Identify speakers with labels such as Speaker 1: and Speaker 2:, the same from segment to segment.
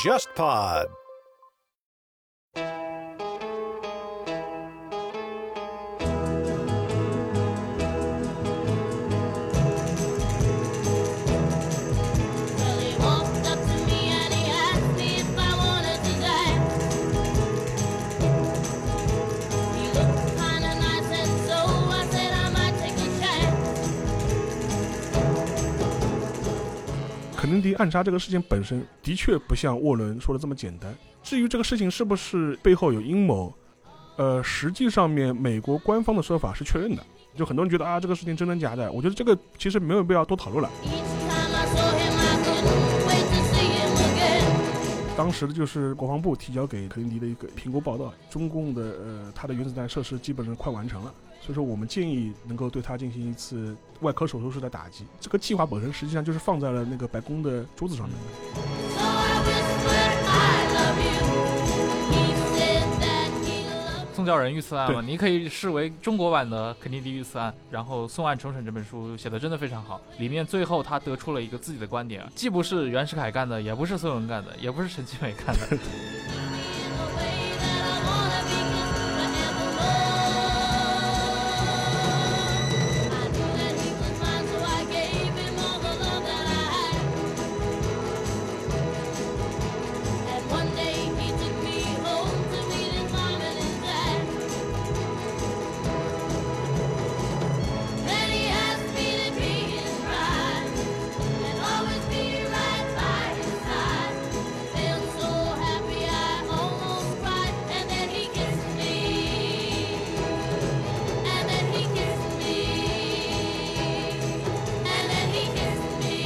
Speaker 1: JustPod。
Speaker 2: Well, he walked up to me and he asked me if I wanted to die. He looked kinda nice and so I said I might take a chance.
Speaker 3: 肯尼迪暗杀这个事情本身的确不像沃伦说的这么简单。至于这个事情是不是背后有阴谋，呃，实际上面美国官方的说法是确认的。就很多人觉得啊，这个事情真真假假，我觉得这个其实没有必要多讨论了。
Speaker 2: Each time I saw him, I couldn't wait to see him again.
Speaker 3: 当时就是国防部提交给肯尼迪的一个评估报告，中共的呃它的原子弹设施基本上快完成了，所以说我们建议能够对它进行一次外科手术式的打击。这个计划本身实际上就是放在了那个白宫的桌子上面。
Speaker 2: So I whispered, I love you. He said that he loved
Speaker 4: 宋教仁遇刺案嘛，
Speaker 3: 对
Speaker 4: 你可以视为中国版的肯尼迪遇刺案。然后《宋案重审》这本书写的真的非常好，里面最后他得出了一个自己的观点，既不是袁世凯干的，也不是孙文干的，也不是陈其美干的，
Speaker 2: me in the way that I wanna be kissed forevermore. I knew that he was mine, so I gave him all the love that I had. And one day he took me home to meet his mom and his dad. Then he asked me to be his bride and always be right by his side. Felt so happy I almost cried. And then he kissed me. And then he kissed me. And then he kissed me.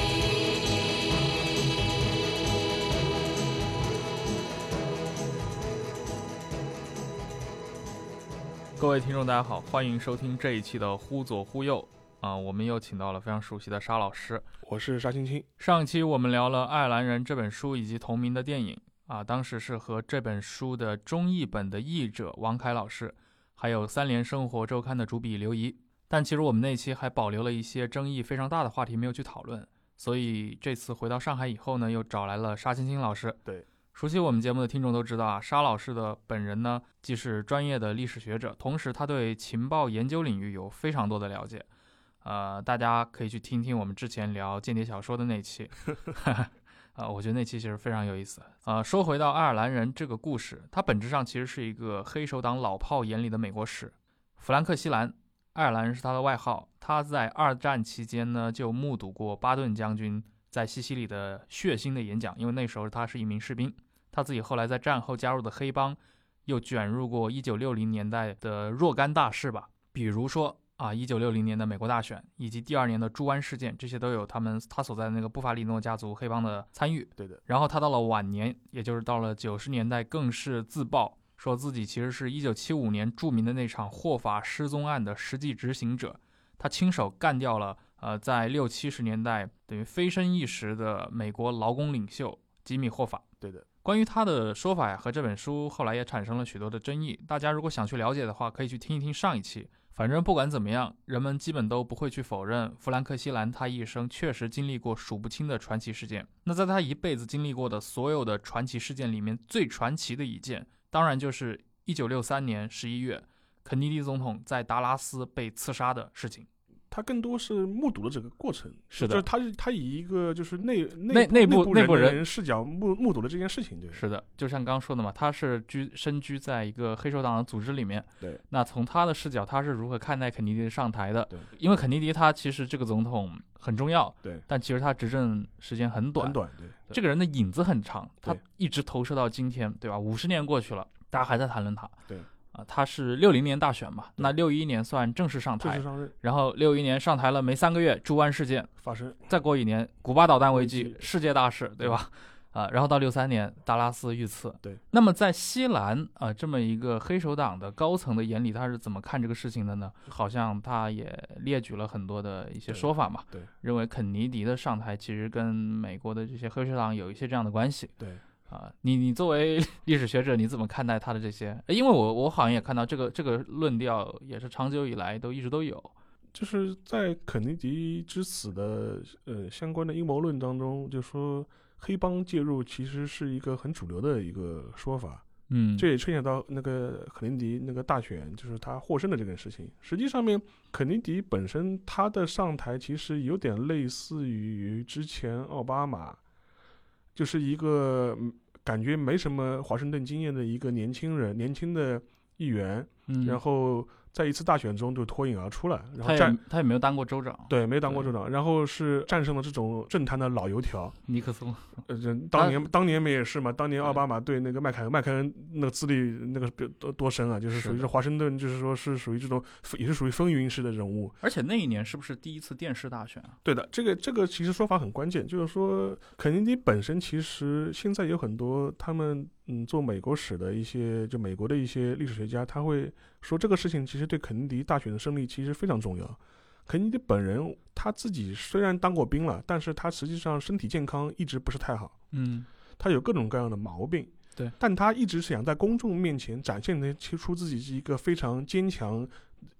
Speaker 4: 各位听众，大家好，欢迎收听这一期的《忽左忽右》啊、我们又请到了非常熟悉的沙老师。
Speaker 3: 我是沙青青，
Speaker 4: 上期我们聊了《爱尔兰人》这本书以及同名的电影啊，当时是和这本书的中译本的译者王凯老师，还有《三联生活周刊》的主笔刘怡。但其实我们那期还保留了一些争议非常大的话题没有去讨论，所以这次回到上海以后呢，又找来了沙青青老师。
Speaker 3: 对，
Speaker 4: 熟悉我们节目的听众都知道啊，沙老师的本人呢，既是专业的历史学者，同时他对情报研究领域有非常多的了解。呃，大家可以去听听我们之前聊间谍小说的那期， 啊、我觉得那期其实非常有意思。啊、说回到爱尔兰人这个故事，它本质上其实是一个黑手党老炮眼里的美国史。弗兰克·西兰，爱尔兰人是他的外号。他在二战期间呢，就目睹过巴顿将军在西西里的血腥的演讲，因为那时候他是一名士兵。他自己后来在战后加入的黑帮，又卷入过1960年代的若干大事吧，比如说啊，1960年的美国大选，以及第二年的猪湾事件，这些都有他们他所在的那个布法利诺家族黑帮的参与。
Speaker 3: 对的，
Speaker 4: 然后他到了晚年，也就是到了九十年代，更是自曝说自己其实是一九七五年著名的那场霍法失踪案的实际执行者，他亲手干掉了呃，在六七十年代等于飞升一时的美国劳工领袖吉米·霍法。
Speaker 3: 对的。
Speaker 4: 关于他的说法呀，和这本书后来也产生了许多的争议。大家如果想去了解的话，可以去听一听上一期。反正不管怎么样，人们基本都不会去否认弗兰克·西兰他一生确实经历过数不清的传奇事件。那在他一辈子经历过的所有的传奇事件里面，最传奇的一件，当然就是1963年11月，肯尼迪总统在达拉斯被刺杀的事情。
Speaker 3: 他更多是目睹了整个过程，
Speaker 4: 是
Speaker 3: 就是他是他以一个就是内
Speaker 4: 内内部
Speaker 3: 部
Speaker 4: 内部
Speaker 3: 人的
Speaker 4: 人
Speaker 3: 视角目目睹了这件事情，对，
Speaker 4: 是的，就像刚刚说的嘛，他是居身居在一个黑手党的组织里面。
Speaker 3: 对，
Speaker 4: 那从他的视角，他是如何看待肯尼迪上台的？
Speaker 3: 对，
Speaker 4: 因为肯尼迪他其实这个总统很重要，
Speaker 3: 对，
Speaker 4: 但其实他执政时间很短，
Speaker 3: 很短，对，
Speaker 4: 这个人的影子很长，他
Speaker 3: 对
Speaker 4: 一直投射到今天，对吧？五十年过去了，大家还在谈论他。
Speaker 3: 对
Speaker 4: 啊，他是六零年大选嘛，那六一年算正式上
Speaker 3: 正
Speaker 4: 台
Speaker 3: 式，上任
Speaker 4: 然后六一年上台了没三个月，猪湾事件，
Speaker 3: 发生，
Speaker 4: 再过一年，古巴导弹危
Speaker 3: 危
Speaker 4: 机
Speaker 3: 机，
Speaker 4: 世界大事，对吧？啊、然后到六三年，达拉斯遇刺。
Speaker 3: 对，
Speaker 4: 那么在西兰啊、这么一个黑手党的高层的眼里，他是怎么看这个事情的呢？好像他也列举了很多的一些
Speaker 3: 对
Speaker 4: 说法嘛，
Speaker 3: 对
Speaker 4: 认为肯尼迪的上台其实跟美国的这些黑手党有一些这样的关系。
Speaker 3: 对，
Speaker 4: 啊、你你作为 历史学者，你怎么看待他的这些？呃因为我我好像也看到这个这个论调也是长久以来都一直都有，
Speaker 3: 就是在肯尼迪之死的呃相关的阴谋论当中，就说黑帮介入其实是一个很主流的一个说法，
Speaker 4: 嗯，
Speaker 3: 这也牵扯到那个肯尼迪那个大选，就是他获胜的这件事情。实际上面，肯尼迪本身他的上台其实有点类似于之前奥巴马，就是一个嗯感觉没什么华盛顿经验的一个年轻人，年轻的议员，
Speaker 4: 嗯
Speaker 3: 然后在一次大选中就脱颖而出了，然
Speaker 4: 他
Speaker 3: 后战
Speaker 4: 也他也没有当过州长，
Speaker 3: 对没当过
Speaker 4: 对
Speaker 3: 州长，然后是战胜了这种政坛的老油条。
Speaker 4: 尼克松，
Speaker 3: 呃，这当年当年不也是嘛？当年奥巴马对那个麦凯恩，麦凯恩那个资历那个比多多深啊，就是
Speaker 4: 是
Speaker 3: 属于
Speaker 4: 的
Speaker 3: 是华盛顿，就是说是属于这种也是属于风云式的人物。
Speaker 4: 而且那一年是不是第一次电视大选啊？
Speaker 3: 对的，这个这个其实说法很关键，就是说肯尼迪本身其实现在有很多他们嗯做美国史的一些就美国的一些历史学家，他会说这个事情其实对肯尼迪大选的胜利其实非常重要。肯尼迪本人他自己虽然当过兵了，但是他实际上身体健康一直不是太好。
Speaker 4: 嗯，
Speaker 3: 他有各种各样的毛病，
Speaker 4: 对，
Speaker 3: 但他一直想在公众面前展现的出自己是一个非常坚强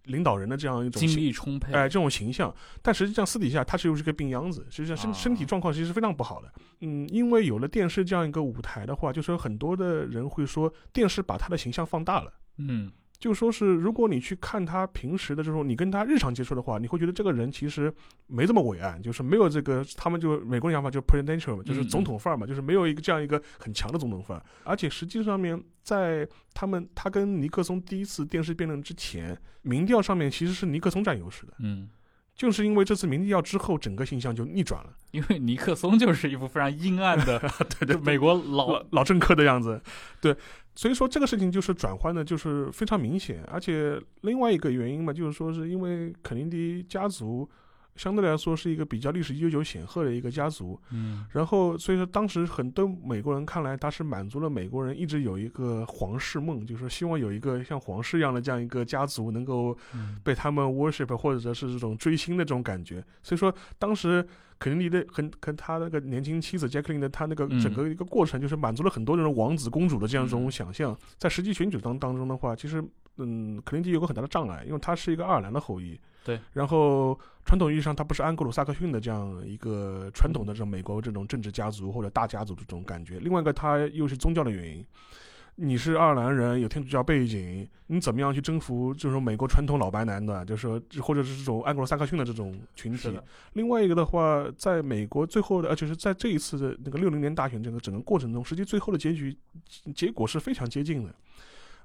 Speaker 3: 领导人的这样一种
Speaker 4: 精
Speaker 3: 形，
Speaker 4: 力充沛，
Speaker 3: 哎、这种形象。但实际上私底下他是又是个病秧子，实际上身、
Speaker 4: 啊
Speaker 3: 身体状况其实是非常不好的。嗯，因为有了电视这样一个舞台的话，就说很多的人会说电视把他的形象放大了。
Speaker 4: 嗯，
Speaker 3: 就说是，如果你去看他平时的这种，你跟他日常接触的话，你会觉得这个人其实没这么伟岸，就是没有这个他们就美国人讲法就是 presidential 嘛，就是总统范儿嘛，就是没有一个这样一个很强的总统范儿。而且实际上面，在他们他跟尼克松第一次电视辩论之前，民调上面其实是尼克松占优势的，
Speaker 4: 嗯，
Speaker 3: 就是因为这次民调之后，整个形象就逆转了，
Speaker 4: 因为尼克松就是一部非常阴暗的
Speaker 3: 对对
Speaker 4: 就美国老
Speaker 3: 老老政客的样子，对，所以说这个事情就是转换的，就是非常明显，而且另外一个原因嘛，就是说是因为肯尼迪家族相对来说是一个比较历史悠久显赫的一个家族，
Speaker 4: 嗯
Speaker 3: 然后所以说当时很多美国人看来，他是满足了美国人一直有一个皇室梦，就是说希望有一个像皇室一样的这样一个家族能够
Speaker 4: 嗯
Speaker 3: 被他们 worship 或者是这种追星的这种感觉。所以说，当时肯尼迪的很跟他那个年轻妻子 Jacqueline 的他那个
Speaker 4: 嗯
Speaker 3: 整个一个过程，就是满足了很多这种王子公主的这样一种想象。在实际选举当当中的话，其实嗯，肯尼迪有个很大的障碍，因为他是一个爱尔兰的后裔。
Speaker 4: 对，
Speaker 3: 然后传统意义上，他不是安格鲁萨克逊的这样一个传统的这种美国这种政治家族或者大家族这种感觉。另外一个，他又是宗教的原因，你是爱尔兰人，有天主教背景，你怎么样去征服就是说美国传统老白男的，就是说或者是这种安格鲁萨克逊的这种群
Speaker 4: 是
Speaker 3: 体
Speaker 4: 的？，
Speaker 3: 另外一个的话，在美国最后的，呃，就是在这一次的那个六零年大选整个整个过程中，实际最后的结局结果是非常接近的。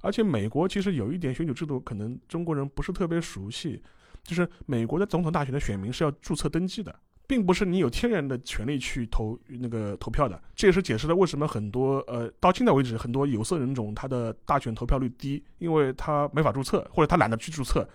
Speaker 3: 而且美国其实有一点选举制度，可能中国人不是特别熟悉，就是美国的总统大选的选民是要注册登记的，并不是你有天然的权利去投那个投票的。这也是解释了为什么很多呃到现在为止很多有色人种他的大选投票率低，因为他没法注册，或者他懒得去注册。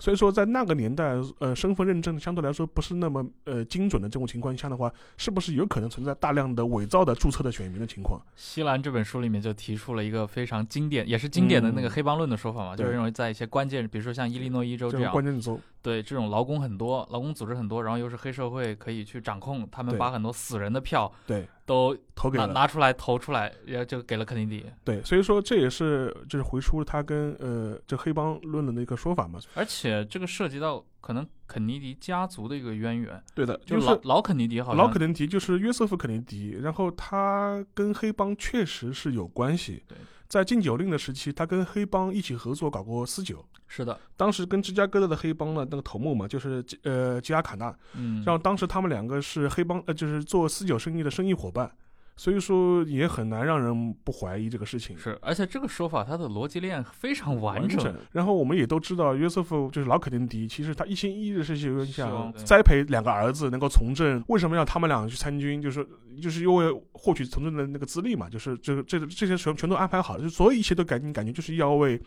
Speaker 3: 所以说，在那个年代，呃，身份认证相对来说不是那么呃精准的这种情况下的话，是不是有可能存在大量的伪造的注册的选民的情况？
Speaker 4: 西兰这本书里面就提出了一个非常经典，也是经典的那个
Speaker 3: 嗯
Speaker 4: 黑帮论的说法嘛，就是
Speaker 3: 对
Speaker 4: 认为在一些关键，比如说像伊利诺伊州
Speaker 3: 这
Speaker 4: 这
Speaker 3: 种
Speaker 4: 样，
Speaker 3: 关键词，
Speaker 4: 对这种劳工很多，劳工组织很多，然后又是黑社会可以去掌控，他们
Speaker 3: 对
Speaker 4: 把很多死人的票
Speaker 3: 对，
Speaker 4: 都
Speaker 3: 投给
Speaker 4: 拿
Speaker 3: 了
Speaker 4: 拿出来投出来，然后就给了肯尼迪。
Speaker 3: 对，所以说这也是就是回出他跟呃这黑帮论的一个说法嘛。
Speaker 4: 而且这个涉及到可能肯尼迪家族的一个渊源，
Speaker 3: 对的，
Speaker 4: 就
Speaker 3: 就是是
Speaker 4: 老老肯尼迪好像
Speaker 3: 老肯尼迪就是约瑟夫肯尼迪，然后他跟黑帮确实是有关系
Speaker 4: 对。
Speaker 3: 在禁酒令的时期，他跟黑帮一起合作搞过私酒。
Speaker 4: 是的，
Speaker 3: 当时跟芝加哥的黑帮的那个头目嘛，就是吉呃吉阿卡纳，
Speaker 4: 嗯，
Speaker 3: 然后当时他们两个是黑帮，呃，就是做私酒生意的生意伙伴，所以说也很难让人不怀疑这个事情。
Speaker 4: 是，而且这个说法它的逻辑链非常完
Speaker 3: 整。然后我们也都知道，约瑟夫就是老肯尼迪，其实他一心一意的是想
Speaker 4: 希望
Speaker 3: 想
Speaker 4: 对
Speaker 3: 栽培两个儿子能够从政。为什么要他们两个去参军？就是就是因为获取从政的那个资历嘛，就是这这这些全全都安排好了，就所有一切都感觉感觉就是要为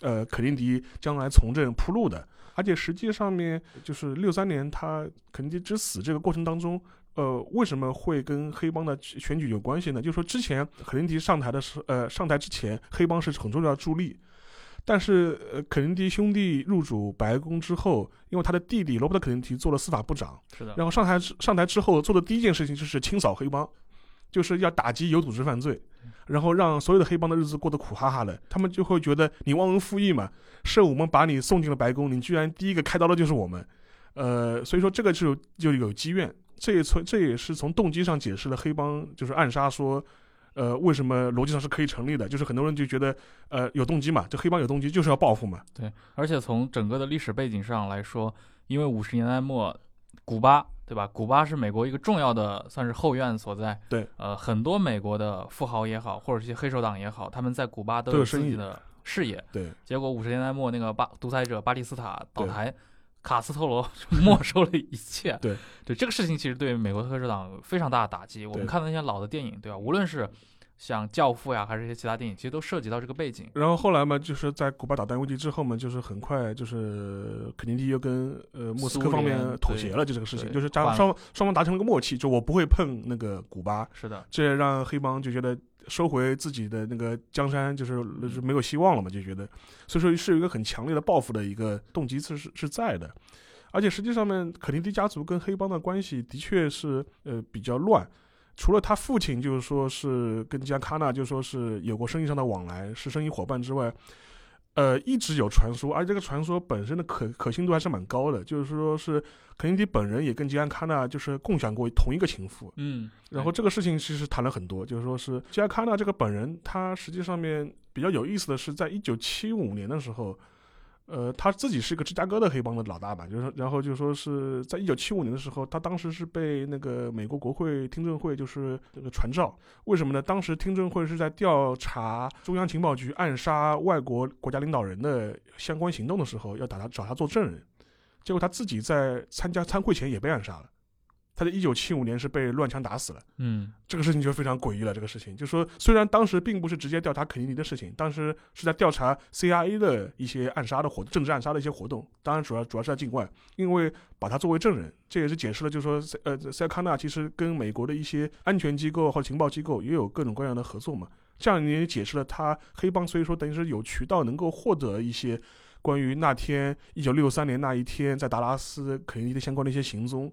Speaker 3: 呃肯尼迪将来从政铺路的。而且实际上面就是六三年他肯尼迪之死这个过程当中。呃，为什么会跟黑帮的选举有关系呢？就是说，之前肯尼迪上台的时候，呃，上台之前，黑帮是很重要的助力，但是呃，肯尼迪兄弟入主白宫之后，因为他的弟弟罗伯特·肯尼迪做了司法部长，
Speaker 4: 是的，
Speaker 3: 然后上台之上台之后做的第一件事情就是清扫黑帮，就是要打击有组织犯罪，然后让所有的黑帮的日子过得苦哈哈的。他们就会觉得你忘恩负义嘛，是我们把你送进了白宫，你居然第一个开刀的就是我们。呃，所以说这个就就有积怨，这也从这也是从动机上解释了黑帮就是暗杀说，呃，为什么逻辑上是可以成立的，就是很多人就觉得呃有动机嘛，这黑帮有动机就是要报复嘛，
Speaker 4: 而且从整个的历史背景上来说，因为五十年代末，古巴对吧？古巴是美国一个重要的算是后院所在。
Speaker 3: 对，
Speaker 4: 呃，很多美国的富豪也好，或者一些黑手党也好，他们在古巴都
Speaker 3: 都有
Speaker 4: 自
Speaker 3: 生
Speaker 4: 己
Speaker 3: 意
Speaker 4: 的事业。
Speaker 3: 对
Speaker 4: 结果五十年代末那个巴独裁者巴蒂斯塔倒
Speaker 3: 对
Speaker 4: 台，卡斯特罗 没收了一切。
Speaker 3: 对，
Speaker 4: 对这个事情其实对美国黑手党有非常大的打击。我们
Speaker 3: 对
Speaker 4: 看的那些老的电影，对吧？无论是像《教父》呀，还是一些其他电影，其实都涉及到这个背景。
Speaker 3: 然后后来嘛，就是在古巴导弹危机之后嘛，就是很快就是肯尼迪又跟呃莫斯科
Speaker 4: 苏
Speaker 3: 方
Speaker 4: 联
Speaker 3: 面妥
Speaker 4: 对
Speaker 3: 协了，就这个事情，
Speaker 4: 对
Speaker 3: 就是加
Speaker 4: 换
Speaker 3: 上
Speaker 4: 了
Speaker 3: 双双方达成了个默契，就我不会碰那个古巴，
Speaker 4: 是的，
Speaker 3: 这也让黑帮就觉得收回自己的那个江山就是就是没有希望了嘛，就觉得，所以说是有一个很强烈的报复的一个动机是是是在的，而且实际上面肯尼迪家族跟黑帮的关系的确是呃比较乱。除了他父亲，就是说是跟吉安卡纳，就是说是有过生意上的往来，是生意伙伴之外，呃，一直有传说，而这个传说本身的可可信度还是蛮高的。就是说是肯尼迪本人也跟吉安卡纳就是共享过同一个情妇，
Speaker 4: 嗯，
Speaker 3: 然后这个事情其实谈了很多，就是说是吉尔卡纳这个本人，他实际上面比较有意思的是，在一九七五年的时候，呃，他自己是一个芝加哥的黑帮的老大吧，就是说然后就说是在一九七五年的时候，他当时是被那个美国国会听证会就是这个传召，为什么呢？当时听证会是在调查中央情报局暗杀外国国家领导人的相关行动的时候，要打他找他做证人，结果他自己在参加参会前也被暗杀了，他在一九七五年是被乱枪打死了。
Speaker 4: 嗯，
Speaker 3: 这个事情就非常诡异了。这个事情就说，虽然当时并不是直接调查肯尼迪的事情，当时是在调查 CIA 的一些暗杀的活政治暗杀的一些活动，当然主要主要是在境外，因为把他作为证人，这也是解释了，就是说塞，呃，塞康纳其实跟美国的一些安全机构或者情报机构也有各种各样的合作嘛，这样你也解释了他黑帮，所以说等于是有渠道能够获得一些。关于那天一九六三年那一天在达拉斯肯尼迪的相关的一些行踪，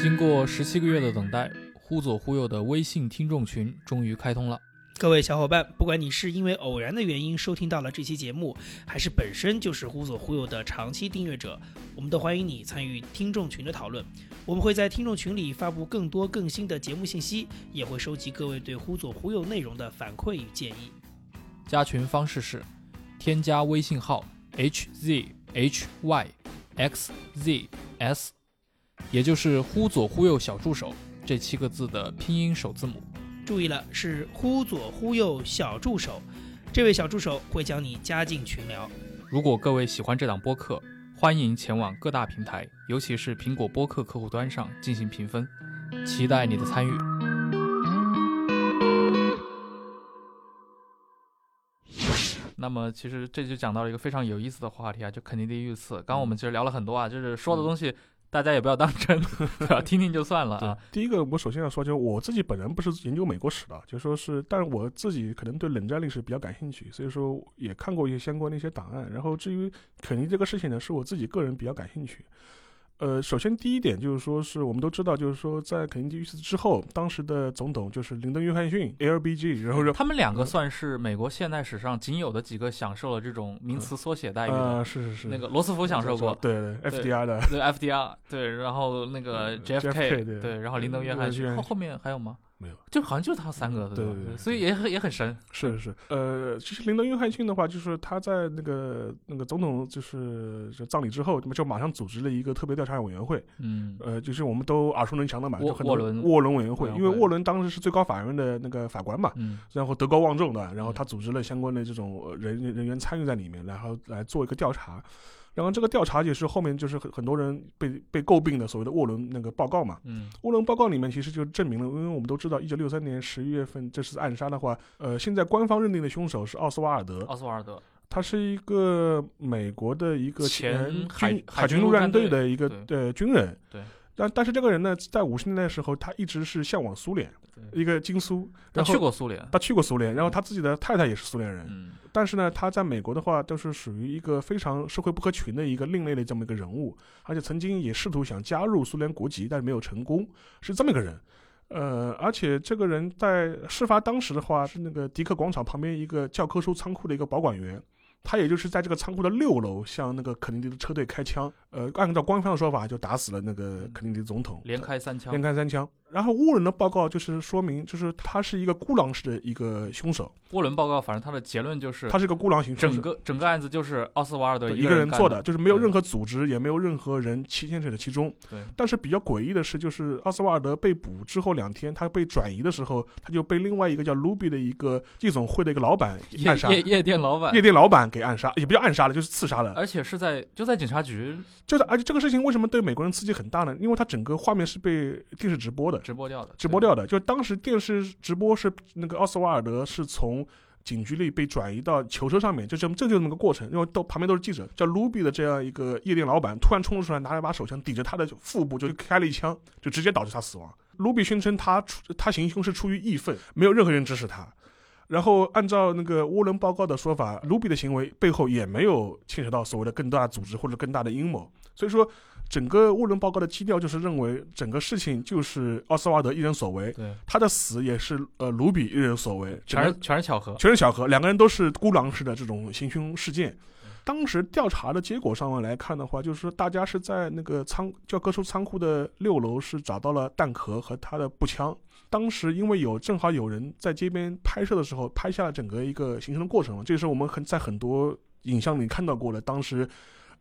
Speaker 4: 经过十七个月的等待，忽左忽右的微信听众群终于开通了。
Speaker 5: 各位小伙伴，不管你是因为偶然的原因收听到了这期节目，还是本身就是忽左忽右的长期订阅者，我们都欢迎你参与听众群的讨论。我们会在听众群里发布更多更新的节目信息，也会收集各位对忽左忽右内容的反馈与建议。
Speaker 4: 加群方式是添加微信号 h z h y x z s，也就是“忽左忽右小助手”这七个字的拼音首字母。
Speaker 5: 注意了，是忽左忽右小助手，这位小助手会将你加进群聊。
Speaker 4: 如果各位喜欢这档播客，欢迎前往各大平台，尤其是苹果播客客户端上进行评分，期待你的参与。那么，其实这就讲到了一个非常有意思的话题啊，就肯尼迪遇刺。刚刚我们其实聊了很多啊，就是说的东西大家也不要当真， 对吧？听听就算了啊。
Speaker 3: 第一个，我首先要说，就是我自己本人不是研究美国史的，就说是，但是我自己可能对冷战历史比较感兴趣，所以说也看过一些相关的一些档案。然后至于肯尼这个事情呢，是我自己个人比较感兴趣。呃，首先第一点就是说，是我们都知道，就是说在肯尼迪遇刺之后，当时的总统就是林登·约翰逊 （LBG），然后让
Speaker 4: 他们两个算是美国现代史上仅有的几个享受了这种名词缩写待遇的。
Speaker 3: 呃，是是是，
Speaker 4: 那个罗斯福享受过，
Speaker 3: 对对 FDR 的，
Speaker 4: 对 FDR，对，然后那个
Speaker 3: JFK
Speaker 4: JFK，
Speaker 3: 对嗯
Speaker 4: 对，然后林登·约翰逊，后后面还有吗？
Speaker 3: 没有，
Speaker 4: 就好像就他三个，
Speaker 3: 对
Speaker 4: 吧
Speaker 3: 对对
Speaker 4: 所以也很也很神，
Speaker 3: 是是，呃，其实林登·约翰逊的话，就是他在那个那个总统就是就葬礼之后，那么就马上组织了一个特别调查委员会，
Speaker 4: 嗯，
Speaker 3: 呃，就是我们都耳熟能详的嘛，
Speaker 4: 沃
Speaker 3: 就很多
Speaker 4: 沃伦
Speaker 3: 沃伦委员会，
Speaker 4: 委员
Speaker 3: 因为
Speaker 4: 会
Speaker 3: 沃伦当时是最高法院的那个法官嘛，
Speaker 4: 嗯，
Speaker 3: 然后德高望重的，然后
Speaker 4: 嗯
Speaker 3: 他组织了相关的这种呃人人员参与在里面，然后来做一个调查，然后这个调查也是后面就是很很多人被被诟病的所谓的沃伦那个报告嘛，
Speaker 4: 嗯，
Speaker 3: 乌伦报告里面其实就证明了，因为我们都知道，一九六三年十一月份这次暗杀的话，呃，现在官方认定的凶手是奥斯瓦尔德，
Speaker 4: 奥斯瓦尔德，
Speaker 3: 他是一个美国的一个
Speaker 4: 前
Speaker 3: 军
Speaker 4: 海海
Speaker 3: 海军
Speaker 4: 军陆
Speaker 3: 陆
Speaker 4: 战
Speaker 3: 战
Speaker 4: 队
Speaker 3: 队的一个呃军人。
Speaker 4: 对。
Speaker 3: 但但是这个人呢，在五十年代的时候，他一直是向往苏联，
Speaker 4: 对
Speaker 3: 一个经苏，
Speaker 4: 他
Speaker 3: 然后
Speaker 4: 去过苏联，
Speaker 3: 他去过苏联，然后他自己的太太也是苏联人，
Speaker 4: 嗯，
Speaker 3: 但是呢，他在美国的话，都是属于一个非常社会不合群的一个另类的这么一个人物，而且曾经也试图想加入苏联国籍，但是没有成功，是这么一个人。呃，而且这个人在事发当时的话，是那个迪克广场旁边一个教科书仓库的一个保管员。他也就是在这个仓库的六楼向那个肯尼迪的车队开枪，呃，按照官方的说法就打死了那个肯尼迪总统，
Speaker 4: 嗯连开三枪
Speaker 3: 连，开三枪。然后沃伦的报告就是说明，就是他是一个孤狼式的一个凶手，
Speaker 4: 沃伦报告，反正他的结论就是
Speaker 3: 他是一个孤狼型凶
Speaker 4: 整
Speaker 3: 手，
Speaker 4: 个整个案子就是奥斯瓦尔德
Speaker 3: 对
Speaker 4: 一
Speaker 3: 一个人
Speaker 4: 干
Speaker 3: 做的，，就是没有
Speaker 4: 对
Speaker 3: 任何组织，也没有任何人牵牵扯在其中。
Speaker 4: 对，
Speaker 3: 但是比较诡异的是，就是奥斯瓦尔德被捕之后两天，他被转移的时候，他就被另外一个叫卢比的一个夜总会的一个老板
Speaker 4: 夜
Speaker 3: 暗杀，
Speaker 4: 夜呃夜店老板
Speaker 3: 夜，店老板给暗杀，也不叫暗杀了，就是刺杀了。
Speaker 4: 而且是在就在警察局
Speaker 3: 就是而且这个事情为什么对美国人刺激很大呢？因为它整个画面是被电视直播的，
Speaker 4: 直播掉的，
Speaker 3: 直播
Speaker 4: 对
Speaker 3: 掉的。就当时电视直播是那个奥斯瓦尔德是从警局里被转移到囚车上面，就这么这就这么个过程。因为都旁边都是记者，叫卢比的这样一个夜店老板突然冲了出来，拿了一把手枪抵着他的腹部就开了一枪，就直接导致他死亡。卢比宣称他出他行凶是出于义愤，没有任何人指使他。然后按照那个沃伦报告的说法，卢比的行为背后也没有牵扯到所谓的更大的组织或者更大的阴谋，所以说。整个沃伦报告的基调就是认为整个事情就是奥斯瓦尔德一人所为，
Speaker 4: 对，
Speaker 3: 他的死也是呃卢比一人所为，
Speaker 4: 全
Speaker 3: 整
Speaker 4: 是
Speaker 3: 个
Speaker 4: 全是巧合，
Speaker 3: 全是巧合，两个人都是孤狼式的这种行凶事件。当时调查的结果上面来看的话，就是说大家是在那个仓教科书仓库的六楼是找到了弹壳和他的步枪。当时因为有正好有人在街边拍摄的时候拍下了整个一个行凶的过程嘛，这是我们很在很多影像里看到过的。当时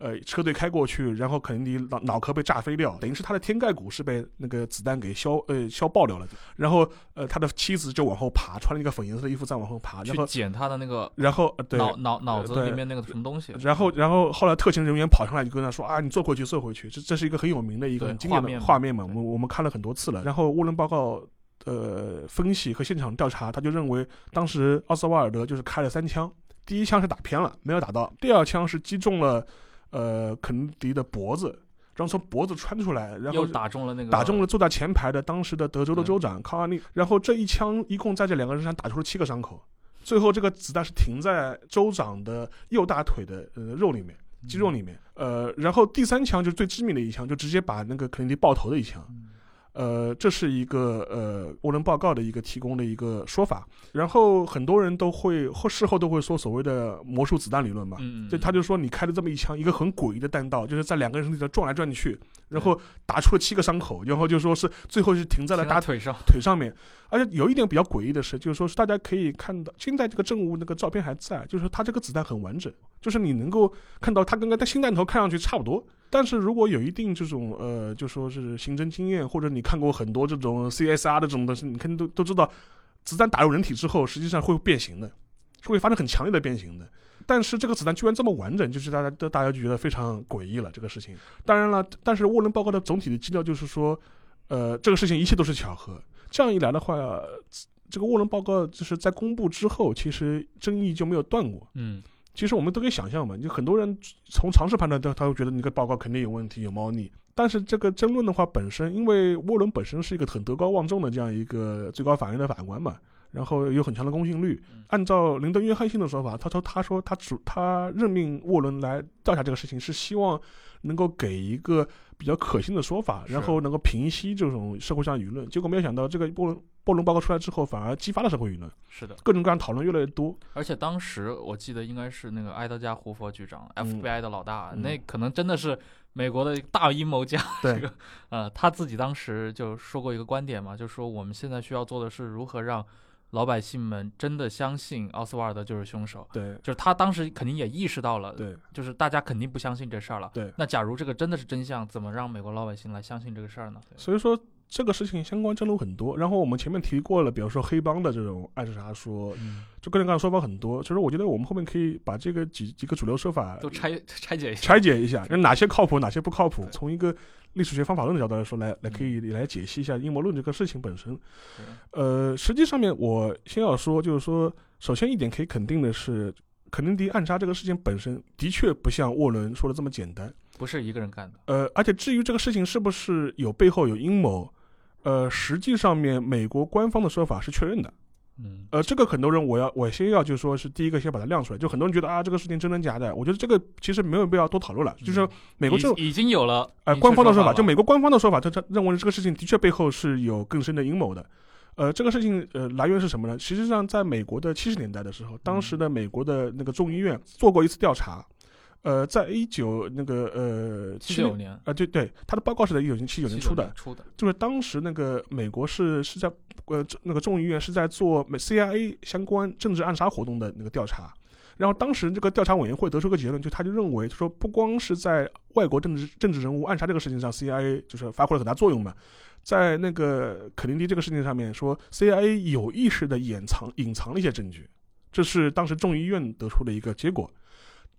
Speaker 3: 呃，车队开过去，然后肯尼迪脑脑壳被炸飞掉，等于是他的天盖骨是被那个子弹给削呃削爆掉了。然后呃，他的妻子就往后爬，穿了一个粉颜色的衣服再往后爬，然
Speaker 4: 去
Speaker 3: 后
Speaker 4: 捡他的那个
Speaker 3: 然后、呃对。
Speaker 4: 脑脑脑子
Speaker 3: 对
Speaker 4: 里面那个什么东西，
Speaker 3: 然后，然后后来特勤人员跑上来就跟他说啊，你坐回去，坐回去。这这是一个很有名的一个
Speaker 4: 对
Speaker 3: 很经典
Speaker 4: 画面
Speaker 3: 的
Speaker 4: 嘛
Speaker 3: 画面嘛，我
Speaker 4: 对
Speaker 3: 们我们看了很多次了。然后沃伦报告呃分析和现场调查，他就认为当时奥斯瓦尔德就是开了三枪，第一枪是打偏了，没有打到；第二枪是击中了呃肯尼迪的脖子，然后从脖子穿出来，然后
Speaker 4: 又打中了那个
Speaker 3: 打中了坐在前排的当时的德州的
Speaker 4: 对
Speaker 3: 州长康阿利。然后这一枪一共在这两个人身上打出了七个伤口，最后这个子弹是停在州长的右大腿的呃肉里面。
Speaker 4: 嗯
Speaker 3: 肌肉里面，呃，然后第三枪就是最致命的一枪，就直接把那个肯尼迪爆头的一
Speaker 4: 嗯
Speaker 3: 枪，呃，这是一个呃沃伦报告的一个提供的一个说法，然后很多人都会后事后都会说所谓的魔术子弹理论嘛，
Speaker 4: 嗯，嗯
Speaker 3: 就他就说你开了这么一枪，一个很诡异的弹道，就是在两个人身体上撞来撞去，然后打出了七个伤口，然后就说是最后是停在了
Speaker 4: 停在
Speaker 3: 大
Speaker 4: 腿上，
Speaker 3: 腿上面。而且有一点比较诡异的是，就是说是大家可以看到，现在这个证物那个照片还在，就是说它这个子弹很完整，就是你能够看到它跟个新弹头看上去差不多。但是如果有一定这种呃，就说是刑侦经验，或者你看过很多这种 CSR 的这种东西，你肯定都都知道，子弹打入人体之后，实际上会变形的，是会发生很强烈的变形的。但是这个子弹居然这么完整，就是大家都大家就觉得非常诡异了这个事情。当然了，但是沃伦报告的总体的基调就是说，呃，这个事情一切都是巧合。这样一来的话，这个沃伦报告就是在公布之后，其实争议就没有断过。
Speaker 4: 嗯，
Speaker 3: 其实我们都可以想象嘛，就很多人从常识判断，他他会觉得你这个报告肯定有问题，有猫腻。但是这个争论的话，本身因为沃伦本身是一个很德高望重的这样一个最高法院的法官嘛，然后有很强的公信力。按照林登·约翰逊的说法，他说他说他主他任命沃伦来调查这个事情，是希望能够给一个比较可信的说法，
Speaker 4: 是
Speaker 3: 然后能够平息这种社会上舆论。结果没有想到，这个沃伦沃伦报告出来之后，反而激发了社会舆论，
Speaker 4: 是的，
Speaker 3: 各种各样讨论越来越多。
Speaker 4: 而且当时我记得应该是那个埃德加·胡佛局长
Speaker 3: 嗯
Speaker 4: ，FBI 的老大，
Speaker 3: 嗯
Speaker 4: 那可能真的是美国的大阴谋家。
Speaker 3: 对
Speaker 4: 这个呃，他自己当时就说过一个观点嘛，就说我们现在需要做的是如何让老百姓们真的相信奥斯瓦尔德就是凶手。
Speaker 3: 对
Speaker 4: 就是他当时肯定也意识到了，
Speaker 3: 对
Speaker 4: 就是大家肯定不相信这事儿了。
Speaker 3: 对
Speaker 4: 那假如这个真的是真相，怎么让美国老百姓来相信这个事儿呢？
Speaker 3: 所以说这个事情相关争论很多。然后我们前面提过了，比如说黑帮的这种暗杀说，
Speaker 4: 嗯，
Speaker 3: 就各种各样的说法很多。其实我觉得我们后面可以把这个几 几个主流说法
Speaker 4: 都拆 拆解一下。
Speaker 3: 拆解一下，哪些靠谱，哪些不靠谱，
Speaker 4: 对
Speaker 3: 从一个历史学方法论的角度来说，来来可以来解析一下阴谋论这个事情本身。呃，实际上面我先要说，就是说，首先一点可以肯定的是。肯尼迪暗杀这个事件本身的确不像沃伦说的这么简单，
Speaker 4: 不是一个人干的，
Speaker 3: 呃，而且至于这个事情是不是有背后有阴谋，呃，实际上面美国官方的说法是确认的。
Speaker 4: 嗯，
Speaker 3: 呃，这个很多人我要我先要就说是第一个先把它亮出来，就很多人觉得啊这个事情真真假的，我觉得这个其实没有必要多讨论了。就是说美国政
Speaker 4: 已已经有了
Speaker 3: 呃
Speaker 4: 明确
Speaker 3: 官方的说
Speaker 4: 说
Speaker 3: 法，
Speaker 4: 了
Speaker 3: 就美国官方的说法，他他认为这个事情的确背后是有更深的阴谋的。呃，这个事情呃来源是什么呢？实际上，在美国的七十年代的时候，当时的美国的那个众议院做过一次调查，呃，在一九那个呃
Speaker 4: 七九年
Speaker 3: 啊，对对，他的报告是在一九七九年出的，
Speaker 4: 出的，
Speaker 3: 就是当时那个美国是是在呃这那个众议院是在做美 CIA 相关政治暗杀活动的那个调查，然后当时这个调查委员会得出个结论，就他就认为就说不光是在外国政治政治人物暗杀这个事情上 CIA 就是发挥了很大作用嘛，在那个肯尼迪这个事情上面说 CIA 有意识的掩藏隐藏了一些证据，这是当时众议院得出的一个结果。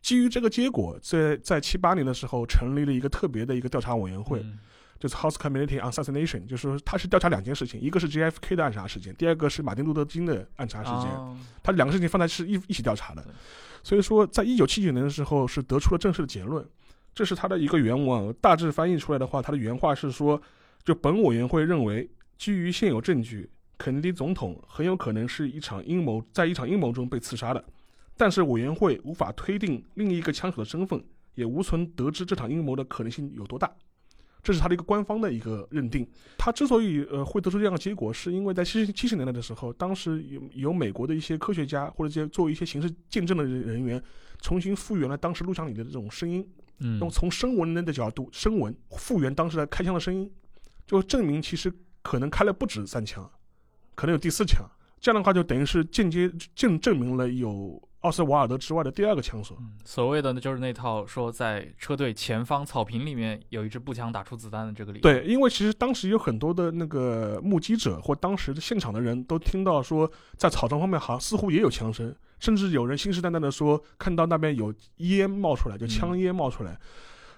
Speaker 3: 基于这个结果，在在七八年的时候成立了一个特别的一个调查委员会，
Speaker 4: 嗯
Speaker 3: 就是 House Committee on Assassination，就是说他是调查两件事情，一个是 JFK 的暗杀事件，第二个是马丁路德金的暗杀事件，
Speaker 4: 哦
Speaker 3: 他两个事情放在是一一起调查的
Speaker 4: 对，
Speaker 3: 所以说在一九七九年的时候是得出了正式的结论，这是他的一个原文啊，大致翻译出来的话，他的原话是说，就本委员会认为，基于现有证据，肯尼迪总统很有可能是一场阴谋，在一场阴谋中被刺杀的，但是委员会无法推定另一个枪手的身份，也无从得知这场阴谋的可能性有多大。这是他的一个官方的一个认定。他之所以呃会得出这样的结果，是因为在七十七十年代的时候，当时有有美国的一些科学家或者一些做一些刑事见证的人人员，重新复原了当时录像里的这种声音，
Speaker 4: 嗯
Speaker 3: 那么从声纹人的角度，声纹复原当时的开枪的声音，就证明其实可能开了不止三枪，可能有第四枪。这样的话，就等于是间接证证明了有奥斯瓦尔德之外的第二个枪手。
Speaker 4: 所谓的呢，就是那套说在车队前方草坪里面有一支步枪打出子弹的这个理论。
Speaker 3: 对，因为其实当时有很多的那个目击者或当时的现场的人都听到说，在草丛方面好像似乎也有枪声，甚至有人信誓旦旦的说看到那边有烟冒出来，就枪烟冒出来。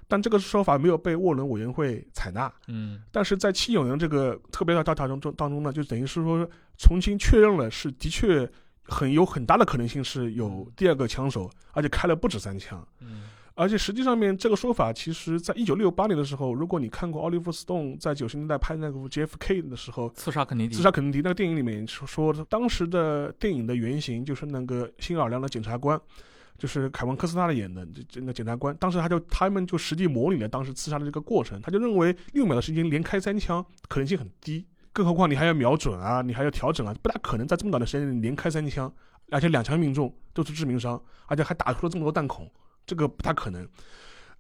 Speaker 3: 但这个说法没有被沃伦委员会采纳。
Speaker 4: 嗯，
Speaker 3: 但是在七九年这个特别的调查中中当中呢，就等于是说重新确认了是的确很有很大的可能性是有第二个枪手，而且开了不止三枪。
Speaker 4: 嗯
Speaker 3: 而且实际上面这个说法，其实在一九六八年的时候，如果你看过奥利弗·斯顿在九十年代拍那个 JFK 的时候，
Speaker 4: 刺杀肯尼迪
Speaker 3: 自杀肯尼迪那个电影里面说说，当时的电影的原型就是那个新奥尔良的检察官，就是凯文·科斯纳的演的这这那检察官。当时他就他们就实际模拟了当时刺杀的这个过程，他就认为六秒的时间连开三枪可能性很低，更何况你还要瞄准啊，你还要调整啊，不大可能在这么短的时间里连开三枪，而且两枪命中都是致命伤，而且还打出了这么多弹孔，这个不大可能。